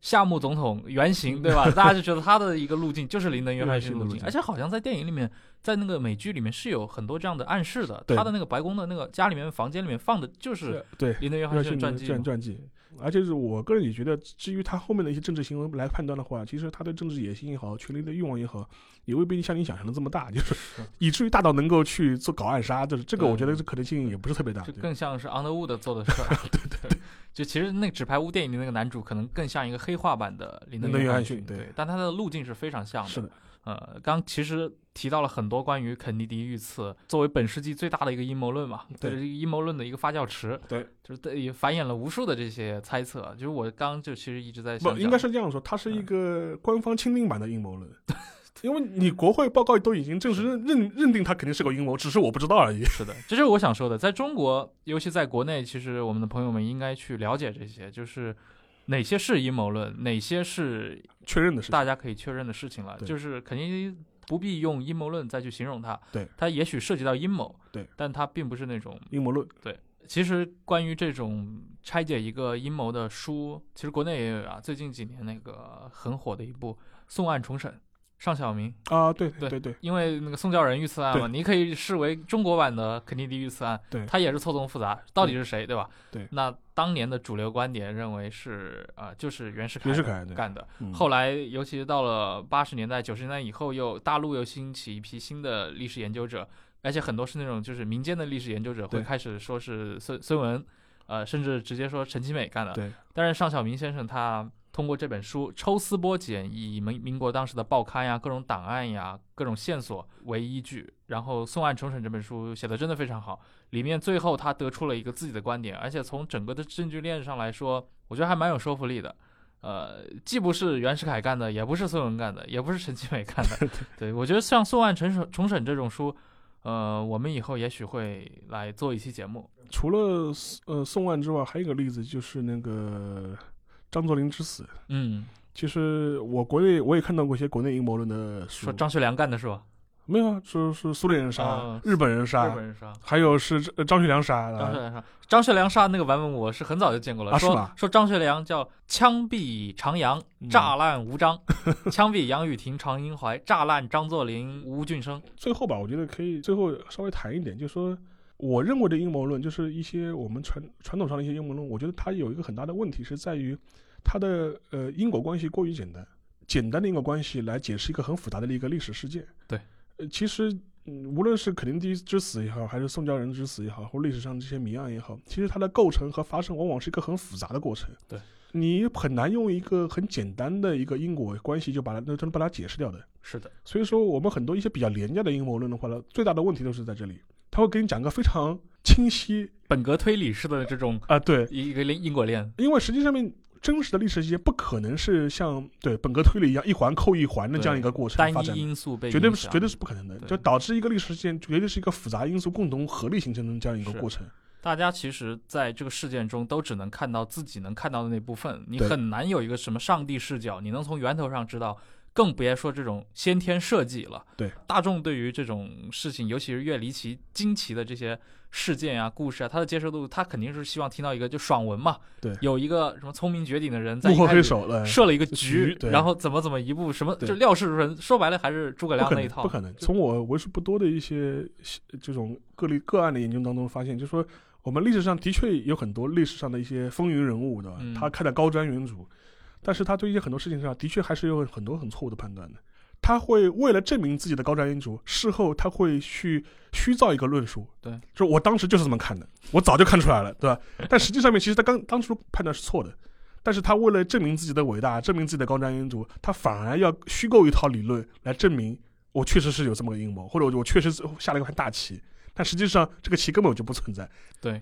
Speaker 4: 夏目总统原型对吧？大家就觉得他的一个路径就是林登·约翰逊的
Speaker 3: 约翰逊
Speaker 4: 路
Speaker 3: 的路
Speaker 4: 径，
Speaker 3: 径
Speaker 4: 而且好像在电影里面，在那个美剧里面是有很多这样的暗示的。
Speaker 3: 对
Speaker 4: 他的那个白宫的那个家里面房间里面放的就是
Speaker 3: 对
Speaker 4: 林登·约
Speaker 3: 约
Speaker 4: 翰
Speaker 3: 翰
Speaker 4: 逊
Speaker 3: 逊
Speaker 4: 的
Speaker 3: 的
Speaker 4: 传记
Speaker 3: 传
Speaker 4: 嘛。
Speaker 3: 传记。而且是我个人也觉得，至于他后面的一些政治行为来判断的话，其实他对政治野心也好，权力的欲望也好，也未必像你想象的这么大，就是以至于大到能够去做搞暗杀，就是这个
Speaker 4: 对
Speaker 3: 我觉得这可能性也不是特别大。
Speaker 4: 就
Speaker 3: 对
Speaker 4: 更像是 Underwood 做的事儿，对对就其实那个《纸牌屋》电影里那个男主可能更像一个黑化版的林登
Speaker 3: 林登
Speaker 4: ·约
Speaker 3: 约
Speaker 4: 翰
Speaker 3: 翰逊
Speaker 4: 逊，
Speaker 3: 对
Speaker 4: 但他的路径是非常像的。
Speaker 3: 是的，
Speaker 4: 呃，刚其实提到了很多关于肯尼迪遇刺作为本世纪最大的一个阴谋论嘛，
Speaker 3: 对
Speaker 4: 这是一个阴谋论的一个发酵池，
Speaker 3: 对，
Speaker 4: 就是对也繁衍了无数的这些猜测。就是我刚就其实一直在想嗯
Speaker 3: 不
Speaker 4: 讲，
Speaker 3: 应该是这样说，他是一个官方钦定版的阴谋论，因为你国会报告都已经正式认认认定他肯定是个阴谋，只是我不知道而已。
Speaker 4: 是的，这就是我想说的。在中国，尤其在国内，其实我们的朋友们应该去了解这些，就是哪些是阴谋论，哪些是
Speaker 3: 确认的事情，
Speaker 4: 大家可以确认的事情了。
Speaker 3: 对
Speaker 4: 就是肯定不必用阴谋论再去形容它。
Speaker 3: 对，
Speaker 4: 它也许涉及到阴谋，
Speaker 3: 对，
Speaker 4: 但它并不是那种。
Speaker 3: 阴谋论
Speaker 4: 其实关于这种拆解一个阴谋的书，其实国内也有啊。最近几年那个很火的一部《宋案重审》，尚小明，
Speaker 3: 啊，对
Speaker 4: 对
Speaker 3: 对对对，
Speaker 4: 因为那个宋教仁遇刺案嘛，
Speaker 3: 对
Speaker 4: 你可以视为中国版的肯尼迪遇刺案，
Speaker 3: 对
Speaker 4: 它也是错综复杂，到底是谁，对吧？
Speaker 3: 对
Speaker 4: 那当年的主流观点认为是啊、呃就是袁世凯
Speaker 3: 袁世凯对
Speaker 4: 干的。
Speaker 3: 嗯
Speaker 4: 后来，尤其到了八十年代、九十年代以后，又大陆又兴起一批新的历史研究者，而且很多是那种就是民间的历史研究者会
Speaker 3: 对
Speaker 4: 开始说是孙孙文，呃，甚至直接说陈其美干的。
Speaker 3: 对，
Speaker 4: 但是尚小明先生他通过这本书抽丝剥茧，以民民国当时的报刊呀、各种档案呀、各种线索为依据，然后《宋案重审》这本书写的真的非常好，里面最后他得出了一个自己的观点，而且从整个的证据链上来说，我觉得还蛮有说服力的。呃，既不是袁世凯干的，也不是孙文干的，也不是陈其美干的。 对，我觉得像《宋案重审》重审这种书，呃，我们以后也许会来做一期节目。
Speaker 3: 除了呃宋案之外，还有一个例子就是那个张作霖之死。
Speaker 4: 嗯，
Speaker 3: 其实我国内我也看到过一些国内阴谋论的书，
Speaker 4: 说张学良干的是吧？
Speaker 3: 没有啊，说是苏联人杀、
Speaker 4: 啊
Speaker 3: 日本人杀，
Speaker 4: 日本人杀。
Speaker 3: 还有是呃张学良杀
Speaker 4: 张学
Speaker 3: 的，
Speaker 4: 良杀张学良杀那个版本，我是很早就见过了，
Speaker 3: 啊是
Speaker 4: 说
Speaker 3: 吧
Speaker 4: 说张学良叫枪毙长阳，
Speaker 3: 嗯
Speaker 4: 炸烂吴章，枪毙杨雨婷、常英怀，炸烂张作霖、吴俊生。
Speaker 3: 最后吧，我觉得可以最后稍微谈一点，就是说我认为的阴谋论，就是一些我们传传统上的一些阴谋论，我觉得它有一个很大的问题是在于它的呃因果关系过于简单，简单的因果关系来解释一个很复杂的一个历史事件。
Speaker 4: 对，
Speaker 3: 呃，其实。嗯，无论是肯尼迪之死也好，还是宋教仁之死也好，或历史上这些谜案也好，其实它的构成和发生往往是一个很复杂的过程。
Speaker 4: 对，
Speaker 3: 你很难用一个很简单的一个因果关系就把它就能把它解释掉的。
Speaker 4: 是的，
Speaker 3: 所以说，我们很多一些比较廉价的阴谋论的话呢，最大的问题都是在这里，他会给你讲个非常清晰
Speaker 4: 本格推理式的这种
Speaker 3: 啊、对，
Speaker 4: 一个因果链。
Speaker 3: 因为实际上面真实的历史事件不可能是像对本格推理一样一环扣一环的这样一个过程
Speaker 4: 单
Speaker 3: 发
Speaker 4: 一
Speaker 3: 展的。
Speaker 4: 因素被
Speaker 3: 绝对
Speaker 4: 影
Speaker 3: 不是，
Speaker 4: 响
Speaker 3: 绝对是不可能的，
Speaker 4: 对
Speaker 3: 就导致一个历史事件，绝对是一个复杂因素共同合力形成的这样一个
Speaker 4: 是
Speaker 3: 过程。
Speaker 4: 大家其实在这个事件中都只能看到自己能看到的那部分，你
Speaker 3: 对
Speaker 4: 很难有一个什么上帝视角，你能从源头上知道，更别说这种先天设计了。
Speaker 3: 对，
Speaker 4: 大众对于这种事情，尤其是越离奇、惊奇的这些事件啊、故事啊，他的接受度，他肯定是希望听到一个就爽文嘛。
Speaker 3: 对
Speaker 4: 有一个什么聪明绝顶的人在
Speaker 3: 幕
Speaker 4: 一
Speaker 3: 后
Speaker 4: 开
Speaker 3: 黑
Speaker 4: 始
Speaker 3: 手哎了，
Speaker 4: 设了一个局
Speaker 3: 局，对
Speaker 4: 然后怎么怎么一步什么，
Speaker 3: 对
Speaker 4: 就料事如神。说白了还是诸葛
Speaker 3: 不
Speaker 4: 亮
Speaker 3: 可
Speaker 4: 那
Speaker 3: 能
Speaker 4: 一，套。
Speaker 3: 不可能。从我为数不多的一些这种个例个案的研究当中发现，就是说我们历史上的确有很多历史上的一些风云人物的，
Speaker 4: 嗯
Speaker 3: 他看得高瞻远瞩，但是他对一些很多事情上的确还是有很多很错误的判断的。他会为了证明自己的高瞻远瞩，事后他会去虚造一个论述，
Speaker 4: 对，
Speaker 3: 就是我当时就是这么看的，我早就看出来了，对吧？但实际上面，其实他刚当初判断是错的，但是他为了证明自己的伟大，证明自己的高瞻远瞩，他反而要虚构一套理论来证明我确实是有这么个阴谋，或者我我确实是下了一盘大棋，但实际上这个棋根本就不存在。
Speaker 4: 对，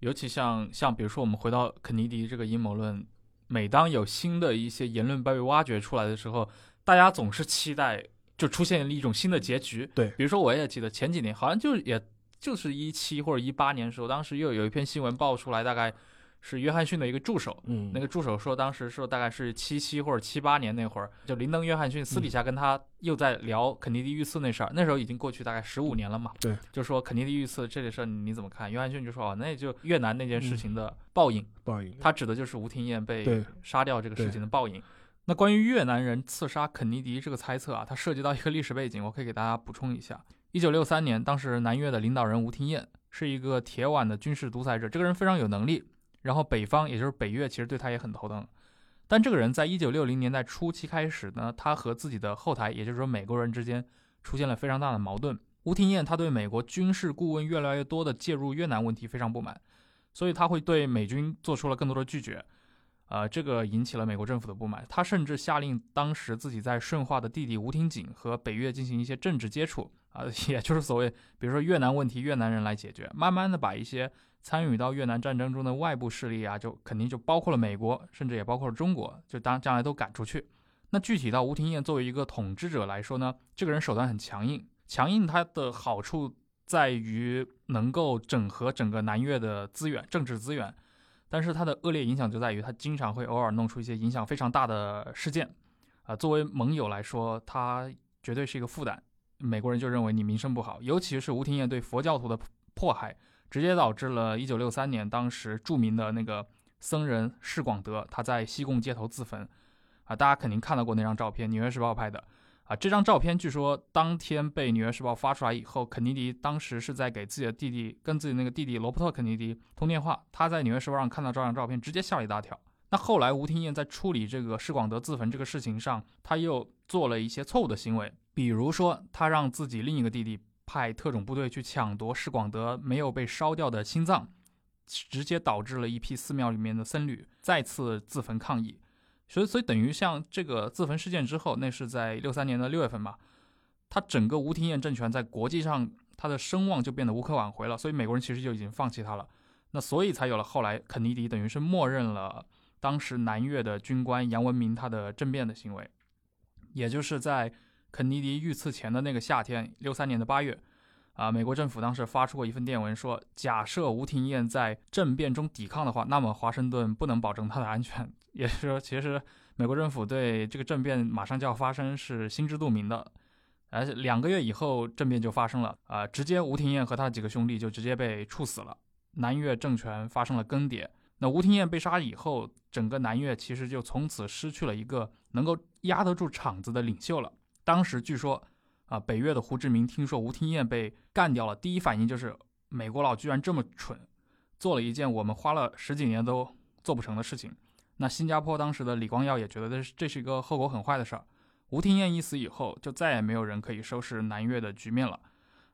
Speaker 4: 尤其像像比如说我们回到肯尼迪这个阴谋论，每当有新的一些言论被挖掘出来的时候，大家总是期待就出现了一种新的结局。
Speaker 3: 对
Speaker 4: 比如说我也记得前几年好像就也就是一七或者一八年的时候，当时又有一篇新闻爆出来，大概是约翰逊的一个助手，
Speaker 3: 嗯
Speaker 4: 那个助手说，当时说大概是七七或者七八年那会儿，就林登·约翰逊私底
Speaker 3: 嗯
Speaker 4: 下跟他又在聊肯尼迪遇刺那事儿，那时候已经过去大概十五年了嘛。
Speaker 3: 对，
Speaker 4: 就说肯尼迪遇刺这件事儿你怎么看？约翰逊就说哦，那就越南那件事情的报应，
Speaker 3: 不好意思，
Speaker 4: 他指的就是吴廷艳被
Speaker 3: 嗯对
Speaker 4: 杀掉这个事情的报应。那关于越南人刺杀肯尼迪这个猜测啊，它涉及到一个历史背景，我可以给大家补充一下。一九六三年，当时南越的领导人吴廷艳是一个铁腕的军事独裁者，这个人非常有能力。然后北方，也就是北越，其实对他也很头疼。但这个人在一九六零年代初期开始呢，他和自己的后台，也就是说美国人之间出现了非常大的矛盾。吴廷艳他对美国军事顾问越来越多的介入越南问题非常不满，所以他会对美军做出了更多的拒绝。呃，这个引起了美国政府的不满，他甚至下令当时自己在顺化的弟弟吴廷锦和北越进行一些政治接触啊、 也就是所谓比如说越南问题越南人来解决，慢慢的把一些参与到越南战争中的外部势力啊，就肯定就包括了美国，甚至也包括了中国，就当将来都赶出去。那具体到吴廷艳作为一个统治者来说呢，这个人手段很强硬，强硬它的好处在于能够整合整个南越的资源、政治资源，但是它的恶劣影响就在于它经常会偶尔弄出一些影响非常大的事件，啊、作为盟友来说，它绝对是一个负担。美国人就认为你名声不好，尤其是吴廷艳对佛教徒的迫害，直接导致了1963年当时著名的那个僧人释广德他在西贡街头自焚，啊，大家肯定看到过那张照片，《纽约时报》拍的。啊，这张照片据说当天被《纽约时报》发出来以后，肯尼迪当时是在给自己的弟弟跟自己那个弟弟罗伯特·肯尼迪通电话，他在《纽约时报》上看到这张照片，直接吓了一大跳。那后来吴廷艳在处理这个施广德自焚这个事情上，他又做了一些错误的行为，比如说他让自己另一个弟弟派特种部队去抢夺施广德没有被烧掉的心脏，直接导致了一批寺庙里面的僧侣再次自焚抗议。所以，所以等于像这个自焚事件之后，那是在六三年的六月份吧，他整个吴廷艳政权在国际上他的声望就变得无可挽回了，所以美国人其实就已经放弃他了。那所以才有了后来肯尼迪等于是默认了当时南越的军官杨文明他的政变的行为，也就是在肯尼迪遇刺前的那个夏天，六三年的八月。啊，美国政府当时发出过一份电文说，假设吴廷艳在政变中抵抗的话，那么华盛顿不能保证她的安全。也就是说，其实美国政府对这个政变马上就要发生是心知肚明的。而且两个月以后，政变就发生了，啊、直接吴廷艳和他几个兄弟就直接被处死了。南越政权发生了更迭。那吴廷艳被杀以后，整个南越其实就从此失去了一个能够压得住场子的领袖了。当时据说啊，北越的胡志明听说吴廷艳被干掉了，第一反应就是美国佬居然这么蠢，做了一件我们花了十几年都做不成的事情。那新加坡当时的李光耀也觉得这是这是一个后果很坏的事儿。吴廷艳一死以后，就再也没有人可以收拾南越的局面了。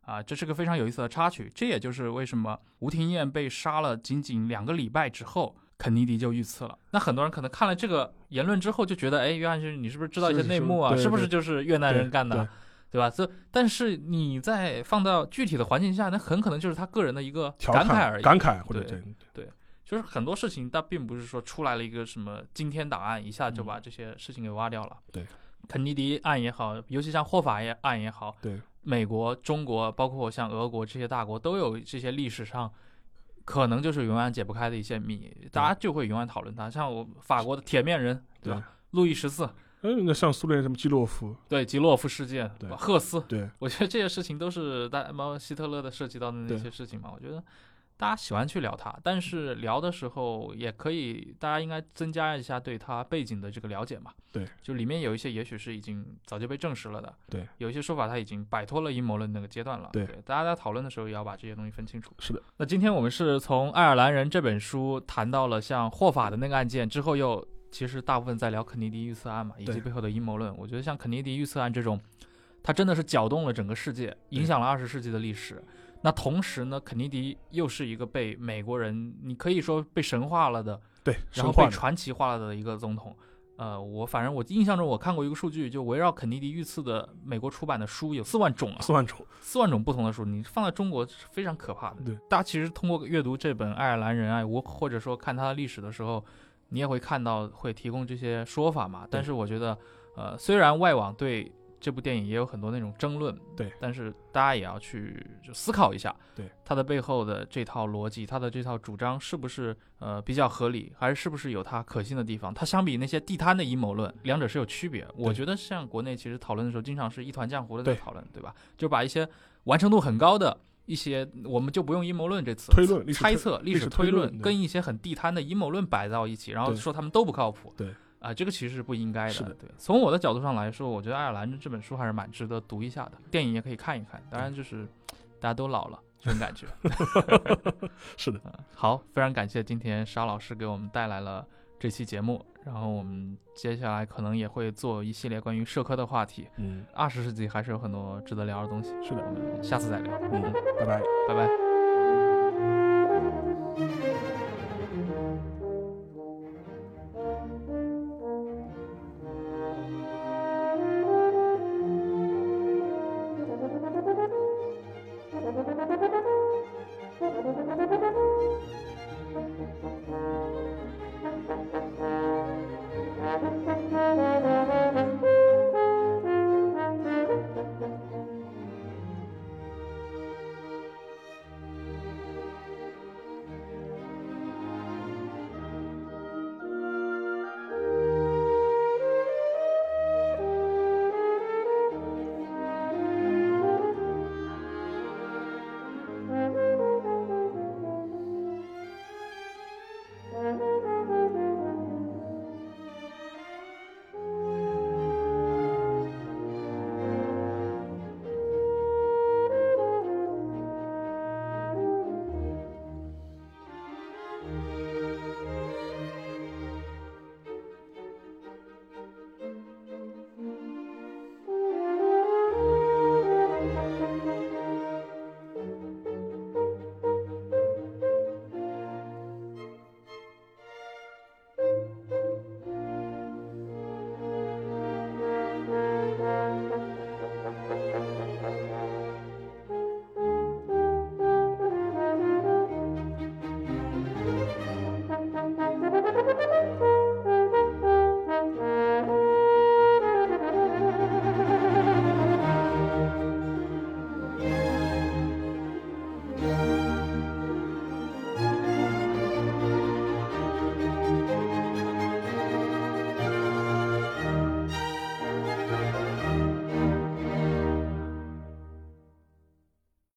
Speaker 4: 啊，这是个非常有意思的插曲。这也就是为什么吴廷艳被杀了仅仅两个礼拜之后，肯尼迪就遇刺了。那很多人可能看了这个言论之后，就觉得，哎，约翰逊，你是不是知道一些
Speaker 3: 是
Speaker 4: 内幕啊？
Speaker 3: 是对
Speaker 4: 是不是
Speaker 3: 对
Speaker 4: 就是越南人干的？
Speaker 3: 对
Speaker 4: 对吧？这但是你在放到具体的环境下，那很可能就是他个人的一个
Speaker 3: 调
Speaker 4: 感慨而已。
Speaker 3: 感慨或者
Speaker 4: 对
Speaker 3: 对
Speaker 4: 就是很多事情，它并不是说出来了一个什么惊天档案，一下就把这些事情给挖掉了。
Speaker 3: 嗯对，
Speaker 4: 肯尼迪案也好，尤其像霍法也案也好，
Speaker 3: 对，
Speaker 4: 美国、中国，包括像俄国这些大国，都有这些历史上可能就是永远解不开的一些谜，大家就会永远讨论它。像我法国的铁面人，对吧？路易十四，
Speaker 3: 嗯，那像苏联什么基洛夫，
Speaker 4: 对，吉洛夫事件，
Speaker 3: 对
Speaker 4: 赫斯，
Speaker 3: 对
Speaker 4: 我觉得这些事情都是大猫希特勒的涉及到的那
Speaker 3: 对
Speaker 4: 些事情嘛，我觉得大家喜欢去聊它，但是聊的时候也可以，大家应该增加一下对它背景的这个了解嘛。
Speaker 3: 对，
Speaker 4: 就里面有一些也许是已经早就被证实了的，
Speaker 3: 对，
Speaker 4: 有一些说法它已经摆脱了阴谋论那个阶段了。
Speaker 3: 对
Speaker 4: 大家在讨论的时候也要把这些东西分清楚。
Speaker 3: 是的，
Speaker 4: 那今天我们是从《爱尔兰人》这本书谈到了像霍法的那个案件之后又。其实大部分在聊肯尼迪遇刺案嘛，以及
Speaker 3: 对
Speaker 4: 背后的阴谋论。我觉得像肯尼迪遇刺案这种，它真的是搅动了整个世界，影响了二十世纪的历史。那同时呢，肯尼迪又是一个被美国人，你可以说被神化了的，
Speaker 3: 对，
Speaker 4: 然
Speaker 3: 神
Speaker 4: 后
Speaker 3: 话
Speaker 4: 被
Speaker 3: 的
Speaker 4: 传奇化了的一个总统。呃，我反正我印象中我看过一个数据，就围绕肯尼迪遇刺的美国出版的书有四万种啊，
Speaker 3: 四万种，
Speaker 4: 四万种不同的书，你放在中国是非常可怕的。
Speaker 3: 对，
Speaker 4: 大家其实通过阅读这本《爱尔兰人爱》，我或者说看它的历史的时候，你也会看到会提供这些说法嘛。但是我觉得，呃，虽然外网对这部电影也有很多那种争论，
Speaker 3: 对，
Speaker 4: 但是大家也要去就思考一下，
Speaker 3: 对
Speaker 4: 它的背后的这套逻辑，它的这套主张是不是呃比较合理，还是是不是有它可信的地方？它相比那些地摊的阴谋论，两者是有区别。我觉得像国内其实讨论的时候，经常是一团浆糊的在
Speaker 3: 对
Speaker 4: 讨论，对吧？就把一些完成度很高的一些，我们就不用阴谋论这词，
Speaker 3: 推论历史
Speaker 4: 猜
Speaker 3: 推
Speaker 4: 测、历
Speaker 3: 历
Speaker 4: 史
Speaker 3: 史
Speaker 4: 推
Speaker 3: 推
Speaker 4: 论
Speaker 3: 论对
Speaker 4: 跟一些很地摊的阴谋论摆到一起，然后
Speaker 3: 对
Speaker 4: 说他们都不靠谱。
Speaker 3: 对。
Speaker 4: 啊，这个其实是不应该的。
Speaker 3: 是的
Speaker 4: 对。从我的角度上来说，我觉得《爱尔兰人》这本书还是蛮值得读一下的，电影也可以看一看。当然，就是大家都老了这种感觉。 嗯
Speaker 3: 是的，
Speaker 4: 好，非常感谢今天沙老师给我们带来了这期节目，然后我们接下来可能也会做一系列关于社科的话题。
Speaker 3: 嗯
Speaker 4: 二十世纪还是有很多值得聊的东西，
Speaker 3: 是的
Speaker 4: 我们下次再聊，
Speaker 3: 嗯，拜拜。
Speaker 4: 拜拜。